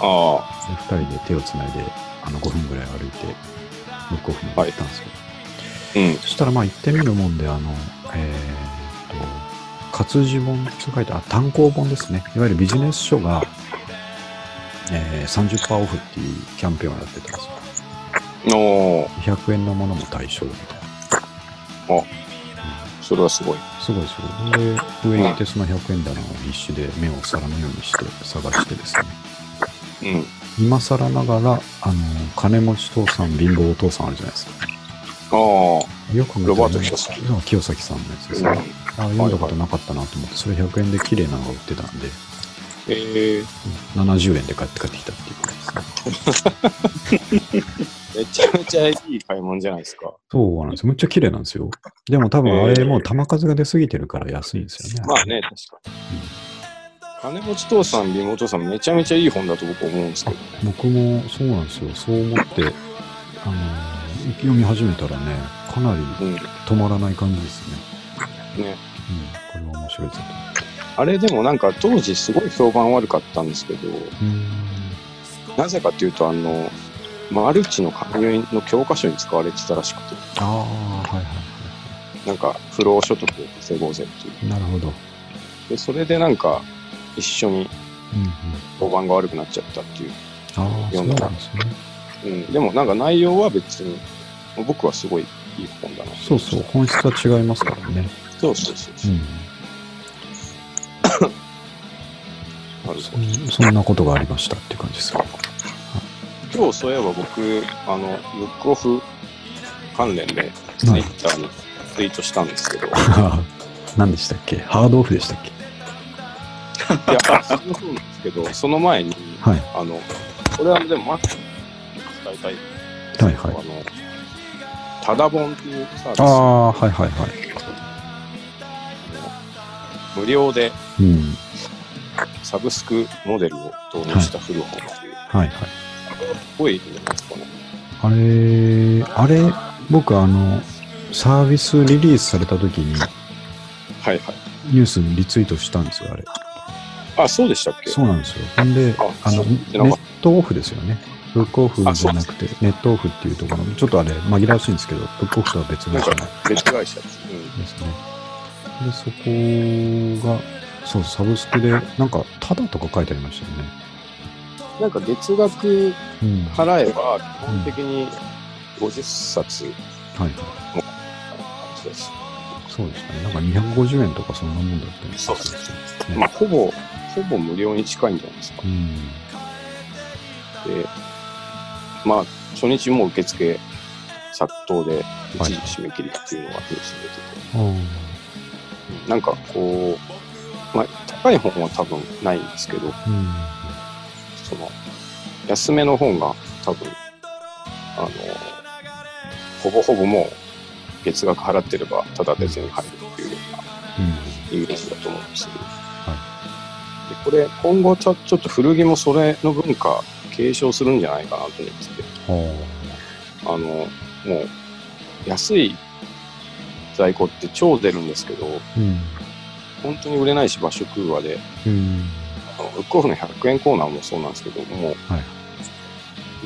[SPEAKER 2] あ
[SPEAKER 1] で2人で手をつないであの5分ぐらい歩いてブックオフに行ったんですけど、
[SPEAKER 2] うん。
[SPEAKER 1] そしたらまあ行ってみるもんであのえーっと活字本と書いてあ単行本ですねいわゆるビジネス書が、えー30%オフっていうキャンペーンをやってたんですよ
[SPEAKER 2] おー
[SPEAKER 1] 100円のものも対象みたいな
[SPEAKER 2] あそれはすごい。
[SPEAKER 1] すごいすごい。で、上に行ってその100円棚を必死で目を皿のようにして探してですね。
[SPEAKER 2] うん。
[SPEAKER 1] 今更ながら、あの、金持ち父さん、貧乏お父さんあるじゃないですか。
[SPEAKER 2] あ
[SPEAKER 1] よく考えたら
[SPEAKER 2] ロバート清崎
[SPEAKER 1] うん清崎さんのやつです
[SPEAKER 2] あ、
[SPEAKER 1] ね。あ読んだことなかったなと思って、それ100円で綺麗なのが売ってたんで、
[SPEAKER 2] ええ
[SPEAKER 1] うん70円で買って帰ってきたっていうことですね。
[SPEAKER 2] めちゃめちゃいい買い物じゃないですか。
[SPEAKER 1] そうなんですよ。めっちゃ綺麗なんですよ。でも多分あれもう球数が出過ぎてるから安いんですよね。
[SPEAKER 2] まあね、確かに。金持ち父さん、美お父さん、めちゃめちゃいい本だと僕思うんですけどね。
[SPEAKER 1] 僕もそうなんですよ。そう思って、あのー読み始めたらね、かなり
[SPEAKER 2] うん。
[SPEAKER 1] 止まらない感じですね。
[SPEAKER 2] ね。
[SPEAKER 1] うん、これは面白いですね。
[SPEAKER 2] あれでもなんか当時すごい評判悪かったんですけど、
[SPEAKER 1] うーん。
[SPEAKER 2] なぜかというと、あの、マルチの勧誘の教科書に使われてたらしくて、
[SPEAKER 1] ああ、はいはいは
[SPEAKER 2] なんか不労所得を稼ごうぜっていう。
[SPEAKER 1] い。なるほど。
[SPEAKER 2] で、それでなんか一緒に
[SPEAKER 1] うんうん。
[SPEAKER 2] 評判が悪くなっちゃったっていう。
[SPEAKER 1] ああ、そうなんですね。
[SPEAKER 2] うん、でもなんか内容は別に、僕はすごいいい本だな。
[SPEAKER 1] そうそう、本質は違いますからね。
[SPEAKER 2] そうそうそう
[SPEAKER 1] う
[SPEAKER 2] そう。
[SPEAKER 1] ん。
[SPEAKER 2] なるほど
[SPEAKER 1] そんそんなことがありましたっていう感じですよ。
[SPEAKER 2] 今日そういえば僕、あの、ブックオフ関連で、ツイッターにツイートしたんですけど、い
[SPEAKER 1] 何でしたっけハードオフでしたっけ
[SPEAKER 2] や、それもそうなんですけど、その前に、
[SPEAKER 1] はい。
[SPEAKER 2] あの、これはでも、マックに伝えたいんですけど
[SPEAKER 1] はいはい
[SPEAKER 2] あの、タダボンっていうサービス
[SPEAKER 1] あ
[SPEAKER 2] あ
[SPEAKER 1] あ、はいはいはい。
[SPEAKER 2] の無料で
[SPEAKER 1] うん。
[SPEAKER 2] サブスクモデルを導入した古本っていう、
[SPEAKER 1] はいはい。
[SPEAKER 2] すごいいいじゃないですかね。
[SPEAKER 1] あれ、あれ、僕あの、サービスリリースされた時に
[SPEAKER 2] はいはい。
[SPEAKER 1] ニュースにリツイートしたんですよ、あれ。
[SPEAKER 2] あ、そうでしたっけ
[SPEAKER 1] そうなんですよ。ほんで、
[SPEAKER 2] あ
[SPEAKER 1] あの、
[SPEAKER 2] そう
[SPEAKER 1] ネ
[SPEAKER 2] 知らなか
[SPEAKER 1] ッ
[SPEAKER 2] っ
[SPEAKER 1] トオフですよね。ブックオフじゃなくて、ネットオフっていうところの、ちょっとあれ、紛らわしいんですけど、ブックオフとは別の
[SPEAKER 2] なん
[SPEAKER 1] じゃ
[SPEAKER 2] か
[SPEAKER 1] ない。
[SPEAKER 2] 別会社です。うん。
[SPEAKER 1] ですね。で、そこが、そう、サブスクで、なんか、ただとか書いてありましたよね。
[SPEAKER 2] なんか月額
[SPEAKER 1] うん。は
[SPEAKER 2] 払えば、基本的に50冊の
[SPEAKER 1] いはい。
[SPEAKER 2] 感じです。
[SPEAKER 1] そうですね。なんか250円とかそんなもんだったり
[SPEAKER 2] そう
[SPEAKER 1] です
[SPEAKER 2] そ
[SPEAKER 1] ね
[SPEAKER 2] う。まあ、ほぼ、ほぼ無料に近いんじゃないですか
[SPEAKER 1] う。ん。
[SPEAKER 2] で、まあ、初日もう受付殺到で、一時締め切りっていうのがニュースに出て
[SPEAKER 1] あ
[SPEAKER 2] て、なんかこう、まあ、高い本は多分ないんですけど、
[SPEAKER 1] あ。うん。
[SPEAKER 2] その、安めの本が多分、あの、ほぼほぼもう、月額払ってれば、ただで手に入るっていうような
[SPEAKER 1] う
[SPEAKER 2] イメージだと思うんですけど、でこれ今後ちょちょっと古着もそれの文化継承するんじゃないかなと思ってて
[SPEAKER 1] ん。は
[SPEAKER 2] あのもう安い在庫って超出るんですけど
[SPEAKER 1] あ。うん。
[SPEAKER 2] 本当に売れないし場所食うわで
[SPEAKER 1] うん。
[SPEAKER 2] あのブックオフの100円コーナーもそうなんですけどもう
[SPEAKER 1] はい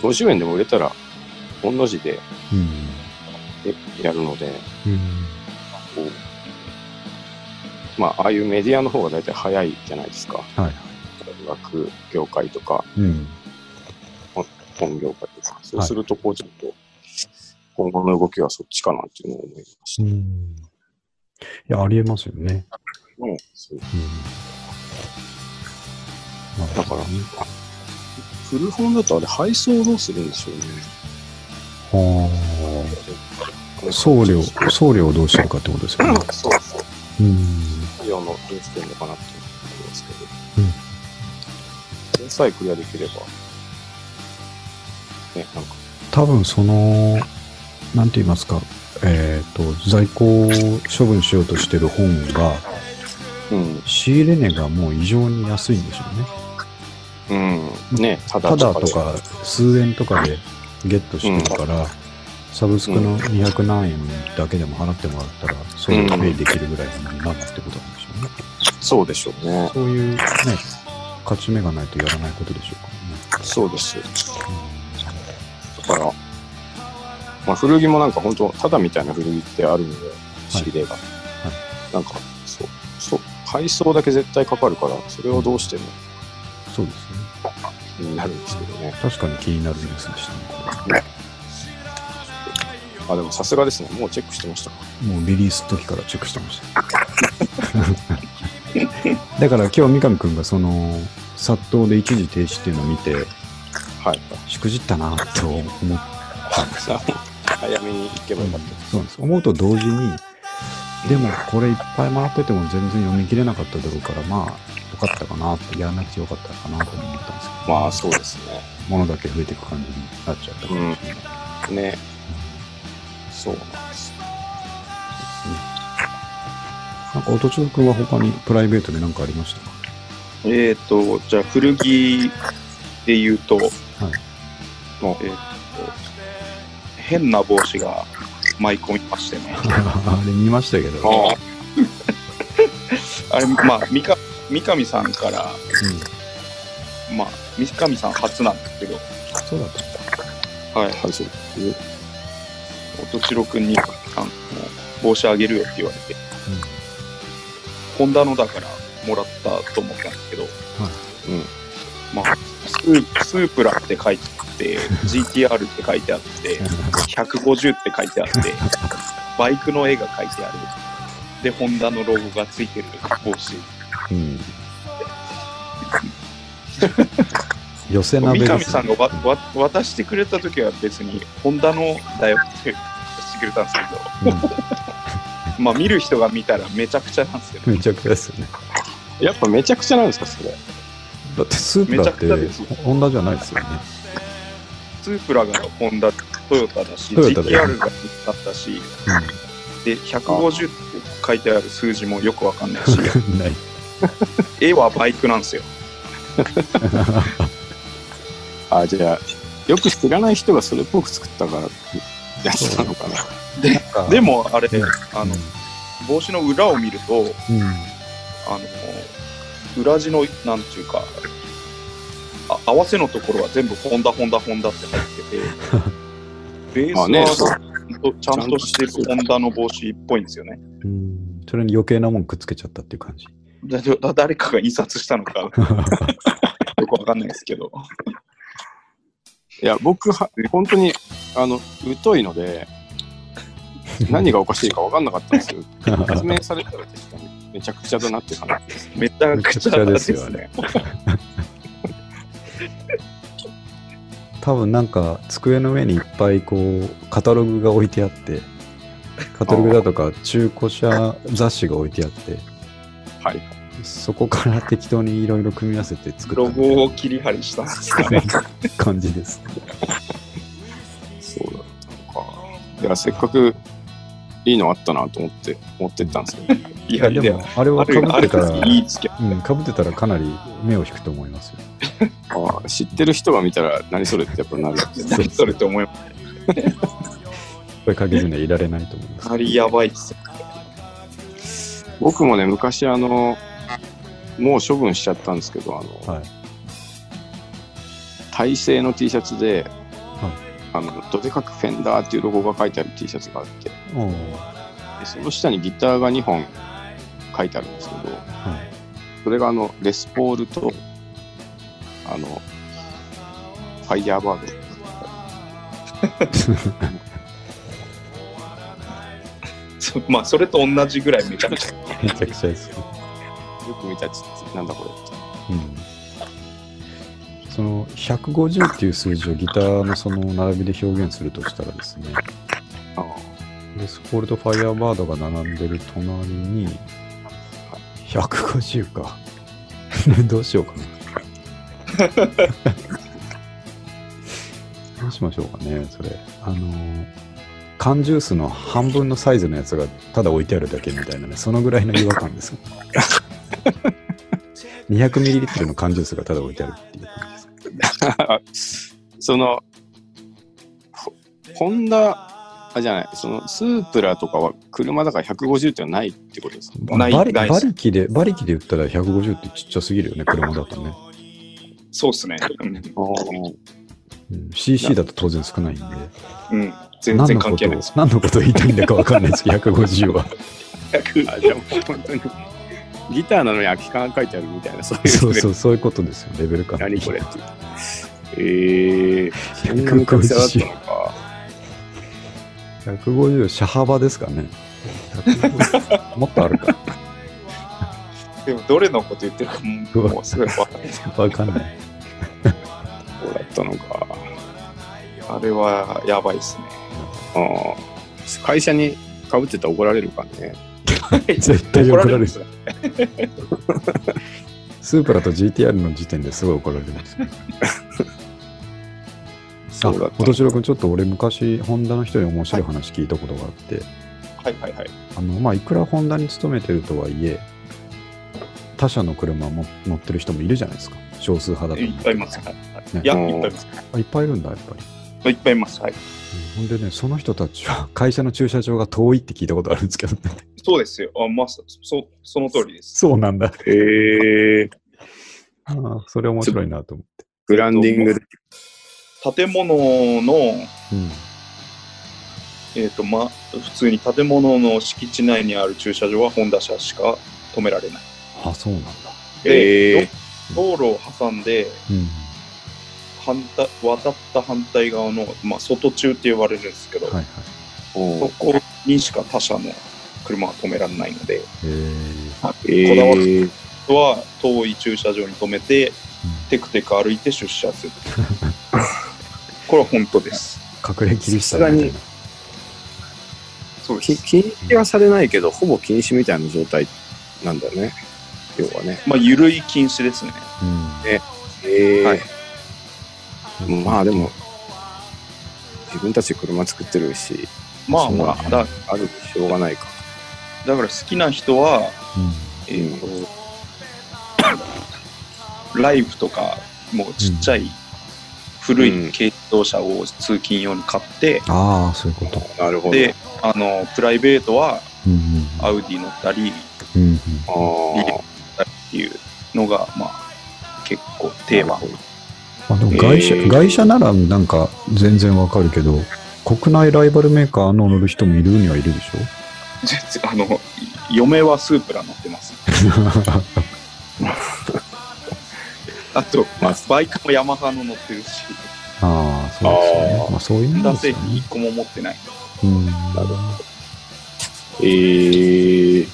[SPEAKER 2] 50円でも売れたら御の字で
[SPEAKER 1] うん。
[SPEAKER 2] えやるので
[SPEAKER 1] うん。
[SPEAKER 2] こうまあああいうメディアの方が大体早いじゃないですか
[SPEAKER 1] はいはい。
[SPEAKER 2] 音楽業界とか
[SPEAKER 1] うん。
[SPEAKER 2] 本業界とか、そうすると、こう、ちょっと、今後の動きはそっちかなっていうのを思いまし
[SPEAKER 1] う
[SPEAKER 2] た。
[SPEAKER 1] ん。いや、ありえますよね。
[SPEAKER 2] うんそう
[SPEAKER 1] うん。なるほどね
[SPEAKER 2] 古本だと、あれ、配送どうするんでしょうね。
[SPEAKER 1] はあ。送料、
[SPEAKER 2] そう
[SPEAKER 1] 送料をどうしてるかってことですよね。
[SPEAKER 2] そう。
[SPEAKER 1] うん。
[SPEAKER 2] 送料のどうしてるのかなって思うんですけど、
[SPEAKER 1] うん
[SPEAKER 2] それさえクリアできれば、ね、なんか、
[SPEAKER 1] 多分その、なんて言いますか、えっ、と、在庫を処分しようとしてる本が、
[SPEAKER 2] うん、
[SPEAKER 1] 仕入れ値がもう異常に安いんでしょうね。
[SPEAKER 2] うん、ね、ただ
[SPEAKER 1] ただとか、数円とかでゲットしてるから、サブスクの200何円だけでも払ってもらったら、それをペイできるぐらいになるってことなんでしょうね。
[SPEAKER 2] そうでしょうね。
[SPEAKER 1] そういうね、勝ち目がないとやらないことでしょう
[SPEAKER 2] そうです。
[SPEAKER 1] からね。
[SPEAKER 2] だから、まあ、古着もなんか本当ただみたいな古着ってあるので、仕入れが。なんか、そう、そう、配送だけ絶対かかるから、それをどうしても
[SPEAKER 1] うんそうですね。
[SPEAKER 2] 気になるんですけどね。
[SPEAKER 1] 確かに気になるニュースでしたね。
[SPEAKER 2] あ、でもさすがですね。もうチェックしてましたか。
[SPEAKER 1] もうリリース時からチェックしてました。 だから今日三上くんがその殺到で一時停止っていうのを見て
[SPEAKER 2] はい。
[SPEAKER 1] しくじったなと思ったんですよ。
[SPEAKER 2] 早めに行けばよかっ
[SPEAKER 1] そうなんです思うと同時にでもこれいっぱいもらってても全然読み切れなかっただろうからまあよかったかなってやらなくてよかったかなと思ったんですけ
[SPEAKER 2] た。
[SPEAKER 1] ど
[SPEAKER 2] まあ、そうですね。
[SPEAKER 1] 物だけ増えていく感じになっちゃったかもしれない、ですね
[SPEAKER 2] ね。そうなんです。
[SPEAKER 1] なんか音千代君は他にプライベートで何かありましたか
[SPEAKER 3] えっ、と、じゃあ、古着で言うと、
[SPEAKER 2] も
[SPEAKER 3] えーと変な帽子が舞い込みましてね。
[SPEAKER 1] あれ見ましたけど、うん、
[SPEAKER 3] あれ、ま あ、三上三上さんから、まあ、三上さん初なんですけど、
[SPEAKER 1] そうだった
[SPEAKER 3] はい、
[SPEAKER 2] う、そういう
[SPEAKER 3] 音千代君にあの帽子あげるよって言われて、ホンダのだからもらったと思ったんですけど、
[SPEAKER 2] うん
[SPEAKER 3] まあ、スースープラって書いてあって、GTR って書いてあって、150って書いてあって、バイクの絵が書いてある。で、ホンダのロゴがついてる帽子。
[SPEAKER 1] うん、寄せ鍋
[SPEAKER 3] 三
[SPEAKER 1] で
[SPEAKER 3] 上
[SPEAKER 1] す
[SPEAKER 3] さんがわわ渡してくれた時は別にホンダのだよって渡してくれたんですけど、まあ見る人が見たらめちゃくちゃなんですよ
[SPEAKER 1] う
[SPEAKER 3] ね。
[SPEAKER 1] ん、めちゃくちゃですよね
[SPEAKER 2] やっぱめちゃくちゃなんですか、それ。
[SPEAKER 1] だってスープだっ
[SPEAKER 3] めちゃくちゃです
[SPEAKER 1] てホンダじゃないですよね
[SPEAKER 3] スープラがホンダ、トヨタだし、
[SPEAKER 1] トヨタだよ
[SPEAKER 3] GTR が日産だし、で、150って書いてある数字もよくわかんないし、
[SPEAKER 1] うんない
[SPEAKER 3] 絵はバイクなんですよ。
[SPEAKER 2] あ、じゃあ、よく知らない人がそれっぽく作ったから、やつなのかな。
[SPEAKER 3] でもあれ、
[SPEAKER 1] ね
[SPEAKER 3] あの帽子の裏を見ると、
[SPEAKER 1] うん
[SPEAKER 3] あの裏地のなんていうかあ合わせのところは全部ホンダホンダホンダって入って てベース
[SPEAKER 2] まあね
[SPEAKER 3] はちゃんとしてるホンダの帽子っぽいんですよね。
[SPEAKER 1] うん、それに余計なもんくっつけちゃったっていう感じ
[SPEAKER 3] だだ 誰かが印刷したのかよくわかんないですけど。
[SPEAKER 2] いや、僕は、本当に、あの、疎いので、何
[SPEAKER 1] が
[SPEAKER 2] がおかしいか分かんなかったんですよ。説明されたら確かに、めちゃくちゃだなって感じです。
[SPEAKER 3] めちゃくちゃですよね。
[SPEAKER 1] 多分なんか机の上にいっぱいこうカタログが置いてあってカタログだとか中古車雑誌が置いてあって
[SPEAKER 2] はい。
[SPEAKER 1] そこから適当にいろいろ組み合わせて作った
[SPEAKER 3] ロ
[SPEAKER 1] みたいな
[SPEAKER 3] ゴを切り張りしたんですかね。
[SPEAKER 1] 感じです。
[SPEAKER 2] そうだったのか。いや、せっかく、いいのあったなと思って、持ってったんですけど。
[SPEAKER 3] い
[SPEAKER 1] い
[SPEAKER 3] やいや、
[SPEAKER 1] でも、あれは
[SPEAKER 3] あ
[SPEAKER 1] 被
[SPEAKER 3] るあ
[SPEAKER 1] って
[SPEAKER 3] る
[SPEAKER 1] たら、
[SPEAKER 3] いいですけど。
[SPEAKER 1] うん、被ってたらかなり目を引くと思いますよ。
[SPEAKER 2] あー知ってる人が見たら、何それってやっぱなる。
[SPEAKER 3] 何それって思います。
[SPEAKER 1] これかけずにはいられないと思います。
[SPEAKER 3] あれやばいっすよ。
[SPEAKER 2] 僕もね、昔、あの、もう処分しちゃったんですけど、あの、
[SPEAKER 1] はい。
[SPEAKER 2] 体制の T シャツで、あのどでかくフェンダーっていうロゴが書いてある T シャツがあってで
[SPEAKER 1] おー
[SPEAKER 2] その下にギターが2本書いてあるんですけど
[SPEAKER 1] はい。
[SPEAKER 2] それがあのレスポールとあのファイヤーバード
[SPEAKER 3] そまあ、それと同じぐらいめちゃくちゃ
[SPEAKER 1] めちゃくちゃですよ。
[SPEAKER 2] よく見たやつってなんだこれって
[SPEAKER 1] うん。その150っていう数字をギターのその並びで表現するとしたらですね、
[SPEAKER 2] ああ
[SPEAKER 1] レスポールとファイヤーバードが並んでる隣に、150か。 どうしようか な。どうしましょうかね、それ。あのー、缶ジュースの半分のサイズのやつがただ置いてあるだけみたいなね、そのぐらいの違和 感です。200ml の缶ジュースがただ置いてあるっていう感じです。
[SPEAKER 2] そのほホンダあじゃないそのスープラとかは車だから150ってのはないってことですか
[SPEAKER 3] ない
[SPEAKER 1] 馬力
[SPEAKER 3] ないっす
[SPEAKER 1] 馬力で、馬力で言ったら150ってちっちゃすぎるよね、車だとね。
[SPEAKER 3] そうっすね。
[SPEAKER 1] うん CC だと当然少ないんで。
[SPEAKER 3] うん。全然関係ないです。
[SPEAKER 1] 何のこと何のこと言いたいんだか分かんないで すけど、150は。
[SPEAKER 2] あじゃあもう本当にギターなのに空き缶が書いてあるみたいなそういう
[SPEAKER 1] そうそう、そういうことですよ、レベル感。
[SPEAKER 2] 何これっていう。ええー、そんな昔だったのか。
[SPEAKER 1] 150、車幅ですか ね。150もっとあるか。
[SPEAKER 3] でも、どれのこと言ってるか ももうすごいわかんない。
[SPEAKER 1] 分かんない。
[SPEAKER 2] そうだったのか。
[SPEAKER 3] あれはやばいですね。
[SPEAKER 4] あー会社にかぶってたら怒られるからね。
[SPEAKER 1] 絶対怒られる。
[SPEAKER 3] すね
[SPEAKER 1] スープラと GTR の時点ですごい怒られるんですよ。
[SPEAKER 4] そうだ
[SPEAKER 1] あ
[SPEAKER 4] っ、た
[SPEAKER 1] おとしろくん、ちょっと俺昔、ホンダの人に面白い話聞いたことがあって、
[SPEAKER 3] はいはいはい。
[SPEAKER 1] あの、まあ、いくらホンダに勤めてるとはいえ、他社の車も乗ってる人もいるじゃないですか。少数派だと
[SPEAKER 3] い
[SPEAKER 1] 思う
[SPEAKER 3] っぱいいます。はい
[SPEAKER 1] ね
[SPEAKER 3] いや、
[SPEAKER 4] うん
[SPEAKER 3] いっぱいいます。
[SPEAKER 1] あいっぱいいるんだ、やっぱり。
[SPEAKER 3] いっぱいいます。はい。
[SPEAKER 1] うんほんでね、その人たちは会社の駐車場が遠いって聞いたことあるんですけどね。
[SPEAKER 3] そうですよ。あまあ、そそその通りです。
[SPEAKER 1] そうなんだ。
[SPEAKER 4] へえ
[SPEAKER 1] あーそれ面白いなと思って。
[SPEAKER 4] ブランディングで。
[SPEAKER 3] 建物の、
[SPEAKER 1] うん。
[SPEAKER 3] えっ、と、まあ、普通に建物の敷地内にある駐車場はホンダ車しか止められない。
[SPEAKER 1] あ、そうなんだ。
[SPEAKER 3] で、
[SPEAKER 4] え
[SPEAKER 3] 道道路を挟んで、
[SPEAKER 1] うん。
[SPEAKER 3] 反対渡った反対側の、まあ、外中って言われるんですけど、
[SPEAKER 1] はいはい。
[SPEAKER 4] うん
[SPEAKER 3] そこにしか他社の車は止められないので、
[SPEAKER 1] えー
[SPEAKER 4] え
[SPEAKER 3] こだわっ
[SPEAKER 4] ー
[SPEAKER 3] 人は遠い駐車場に止めて、テクテク歩いて出社する。これは本当です。
[SPEAKER 1] うん、隠れキリシタンみたいな。
[SPEAKER 3] そうで
[SPEAKER 4] き
[SPEAKER 3] す。
[SPEAKER 4] 禁止はされないけど、ほぼ禁止みたいな状態なんだよね。要はね。
[SPEAKER 3] まあ、緩い禁止ですね。
[SPEAKER 4] え
[SPEAKER 3] はい
[SPEAKER 1] うん。
[SPEAKER 4] まあでも、自分たち車作ってるし、
[SPEAKER 3] まあま
[SPEAKER 1] そう
[SPEAKER 3] あ、
[SPEAKER 1] だ
[SPEAKER 3] だ
[SPEAKER 4] あるしょうがないか。
[SPEAKER 3] だから好きな人は、
[SPEAKER 1] うん
[SPEAKER 3] えーとライブとかもうちっちゃい古い軽自動車を通勤用に買って、
[SPEAKER 1] ああ、そういうこと。
[SPEAKER 4] なるほど。
[SPEAKER 3] であのプライベートは
[SPEAKER 1] うん
[SPEAKER 3] アウディ乗ったりっ
[SPEAKER 1] うんうん
[SPEAKER 4] あー
[SPEAKER 3] ていうのが、まあ、結構テーマ
[SPEAKER 1] あでも外車、
[SPEAKER 4] えー
[SPEAKER 1] 外車ならなんか全然わかるけど、国内ライバルメーカーの乗る人もいるにはいるでしょ
[SPEAKER 3] 全然あの嫁はスープラ乗ってますあと、
[SPEAKER 4] まあ
[SPEAKER 3] バイクもヤマハの乗ってるし
[SPEAKER 1] ああ、そうですよね
[SPEAKER 4] あ。
[SPEAKER 1] まあそういう意味
[SPEAKER 3] ダ
[SPEAKER 1] です
[SPEAKER 3] 製
[SPEAKER 1] よ
[SPEAKER 3] 品
[SPEAKER 1] ね
[SPEAKER 3] 1。個も持ってない
[SPEAKER 1] うん。
[SPEAKER 4] るえー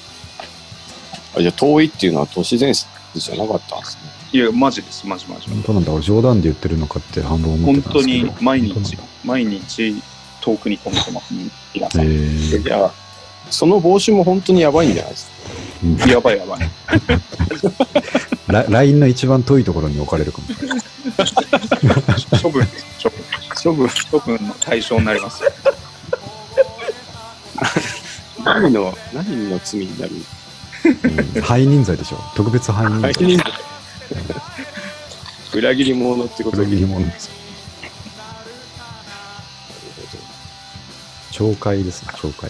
[SPEAKER 4] あじゃあ遠いっていうのは都市伝説じゃなかったんですね。
[SPEAKER 3] いやマジですマジマジ
[SPEAKER 1] 本当なんだ、俺冗談で言ってるのかって半分思っ
[SPEAKER 3] 本
[SPEAKER 1] てたんで
[SPEAKER 3] 当
[SPEAKER 1] すけど。
[SPEAKER 3] に毎日。毎日遠くに飛んでます皆さん
[SPEAKER 1] え
[SPEAKER 3] いや、
[SPEAKER 4] その帽子も本当にやばいんじゃないです
[SPEAKER 1] ー
[SPEAKER 3] やばいやばい。
[SPEAKER 1] ララインの一番遠いところに置かれるかも。
[SPEAKER 3] 処分です、処分。
[SPEAKER 4] か。処分、
[SPEAKER 3] 処分の対象になりますよ。
[SPEAKER 4] 何の、何の罪になる
[SPEAKER 1] うん背任罪でしょ。特別背任罪。
[SPEAKER 4] 裏切り者ってこと
[SPEAKER 1] 裏切り者
[SPEAKER 4] な
[SPEAKER 1] で
[SPEAKER 4] る
[SPEAKER 1] す。懲戒ですね、懲戒。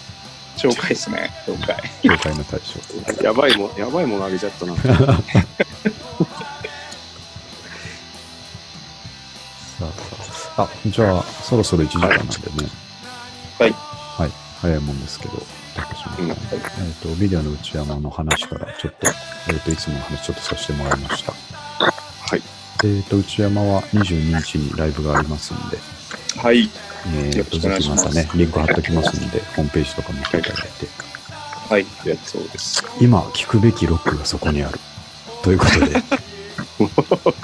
[SPEAKER 3] 紹介ですね、紹介。
[SPEAKER 1] 懲戒の対象。
[SPEAKER 4] ほどやばいもん、やばいものあげちゃったな。
[SPEAKER 1] さあ、あじゃあ、そろそろ1時間なんでね。
[SPEAKER 3] はい
[SPEAKER 1] はい。早いもんですけど、私
[SPEAKER 4] う
[SPEAKER 1] も
[SPEAKER 4] ん
[SPEAKER 1] えっ、と、ビデオの内山の話から、ちょっと、えっ、と、いつもの話ちょっとさせてもらいました。
[SPEAKER 4] はい。
[SPEAKER 1] えっ、と、内山は22日にライブがありますんで、
[SPEAKER 3] はい、
[SPEAKER 1] えー
[SPEAKER 3] よろ
[SPEAKER 1] と、
[SPEAKER 3] しくお
[SPEAKER 1] ぜ
[SPEAKER 3] 願い
[SPEAKER 1] ひ
[SPEAKER 3] し
[SPEAKER 1] ま
[SPEAKER 3] ます
[SPEAKER 1] たね、リンク貼っときますんで、ホームページとか見ていただいて、
[SPEAKER 3] はい。
[SPEAKER 4] いや、そうです。
[SPEAKER 1] 今、聞くべきロックがそこにある。という ことで、
[SPEAKER 4] か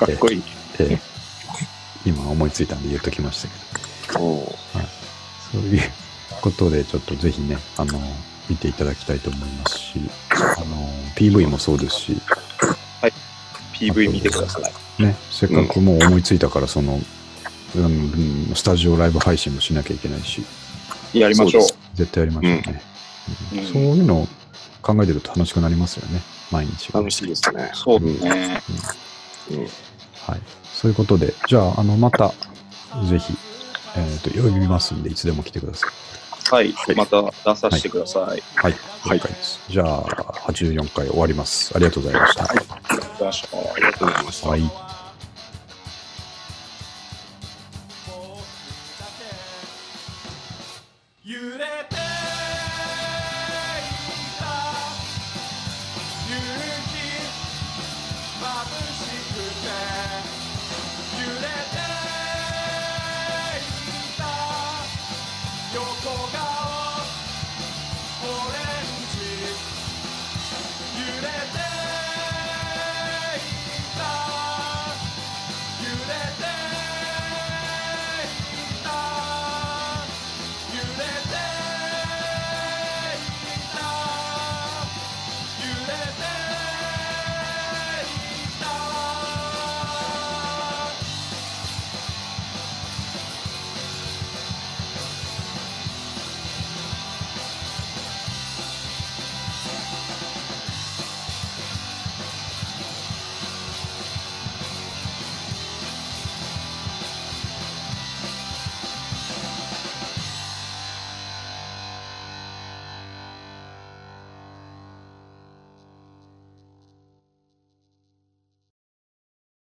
[SPEAKER 4] っこいい。
[SPEAKER 1] えー今思いついたんで言っときましたけど。
[SPEAKER 4] おー
[SPEAKER 1] そういうことで、ちょっとぜひね、あの、見ていただきたいと思いますし、あの、PV もそうですし、
[SPEAKER 3] PV 見てください。
[SPEAKER 1] ね、せっかくもう思いついたから、その、うんうんスタジオライブ配信もしなきゃいけないし、
[SPEAKER 3] やりましょう。
[SPEAKER 4] そ
[SPEAKER 1] 絶対やりましょうね。
[SPEAKER 3] うん
[SPEAKER 1] うんそういうのを考えてると楽しくなりますよね、毎日が。
[SPEAKER 4] 楽しいですね。
[SPEAKER 3] そうですね。
[SPEAKER 4] うん
[SPEAKER 1] はい。そういうことで、じゃあ、あの、また、ぜひ、えっ、と、呼びますんで、いつでも来てください。
[SPEAKER 3] はい
[SPEAKER 4] はい、
[SPEAKER 3] また出させてください。
[SPEAKER 1] はい。
[SPEAKER 4] はい
[SPEAKER 1] 了解ですじゃあ、84回終わります。ありがとうございました。
[SPEAKER 3] 出します
[SPEAKER 4] ありがとうございました。
[SPEAKER 1] はい。
[SPEAKER 5] 揺れていた勇気眩しくて揺れていた横顔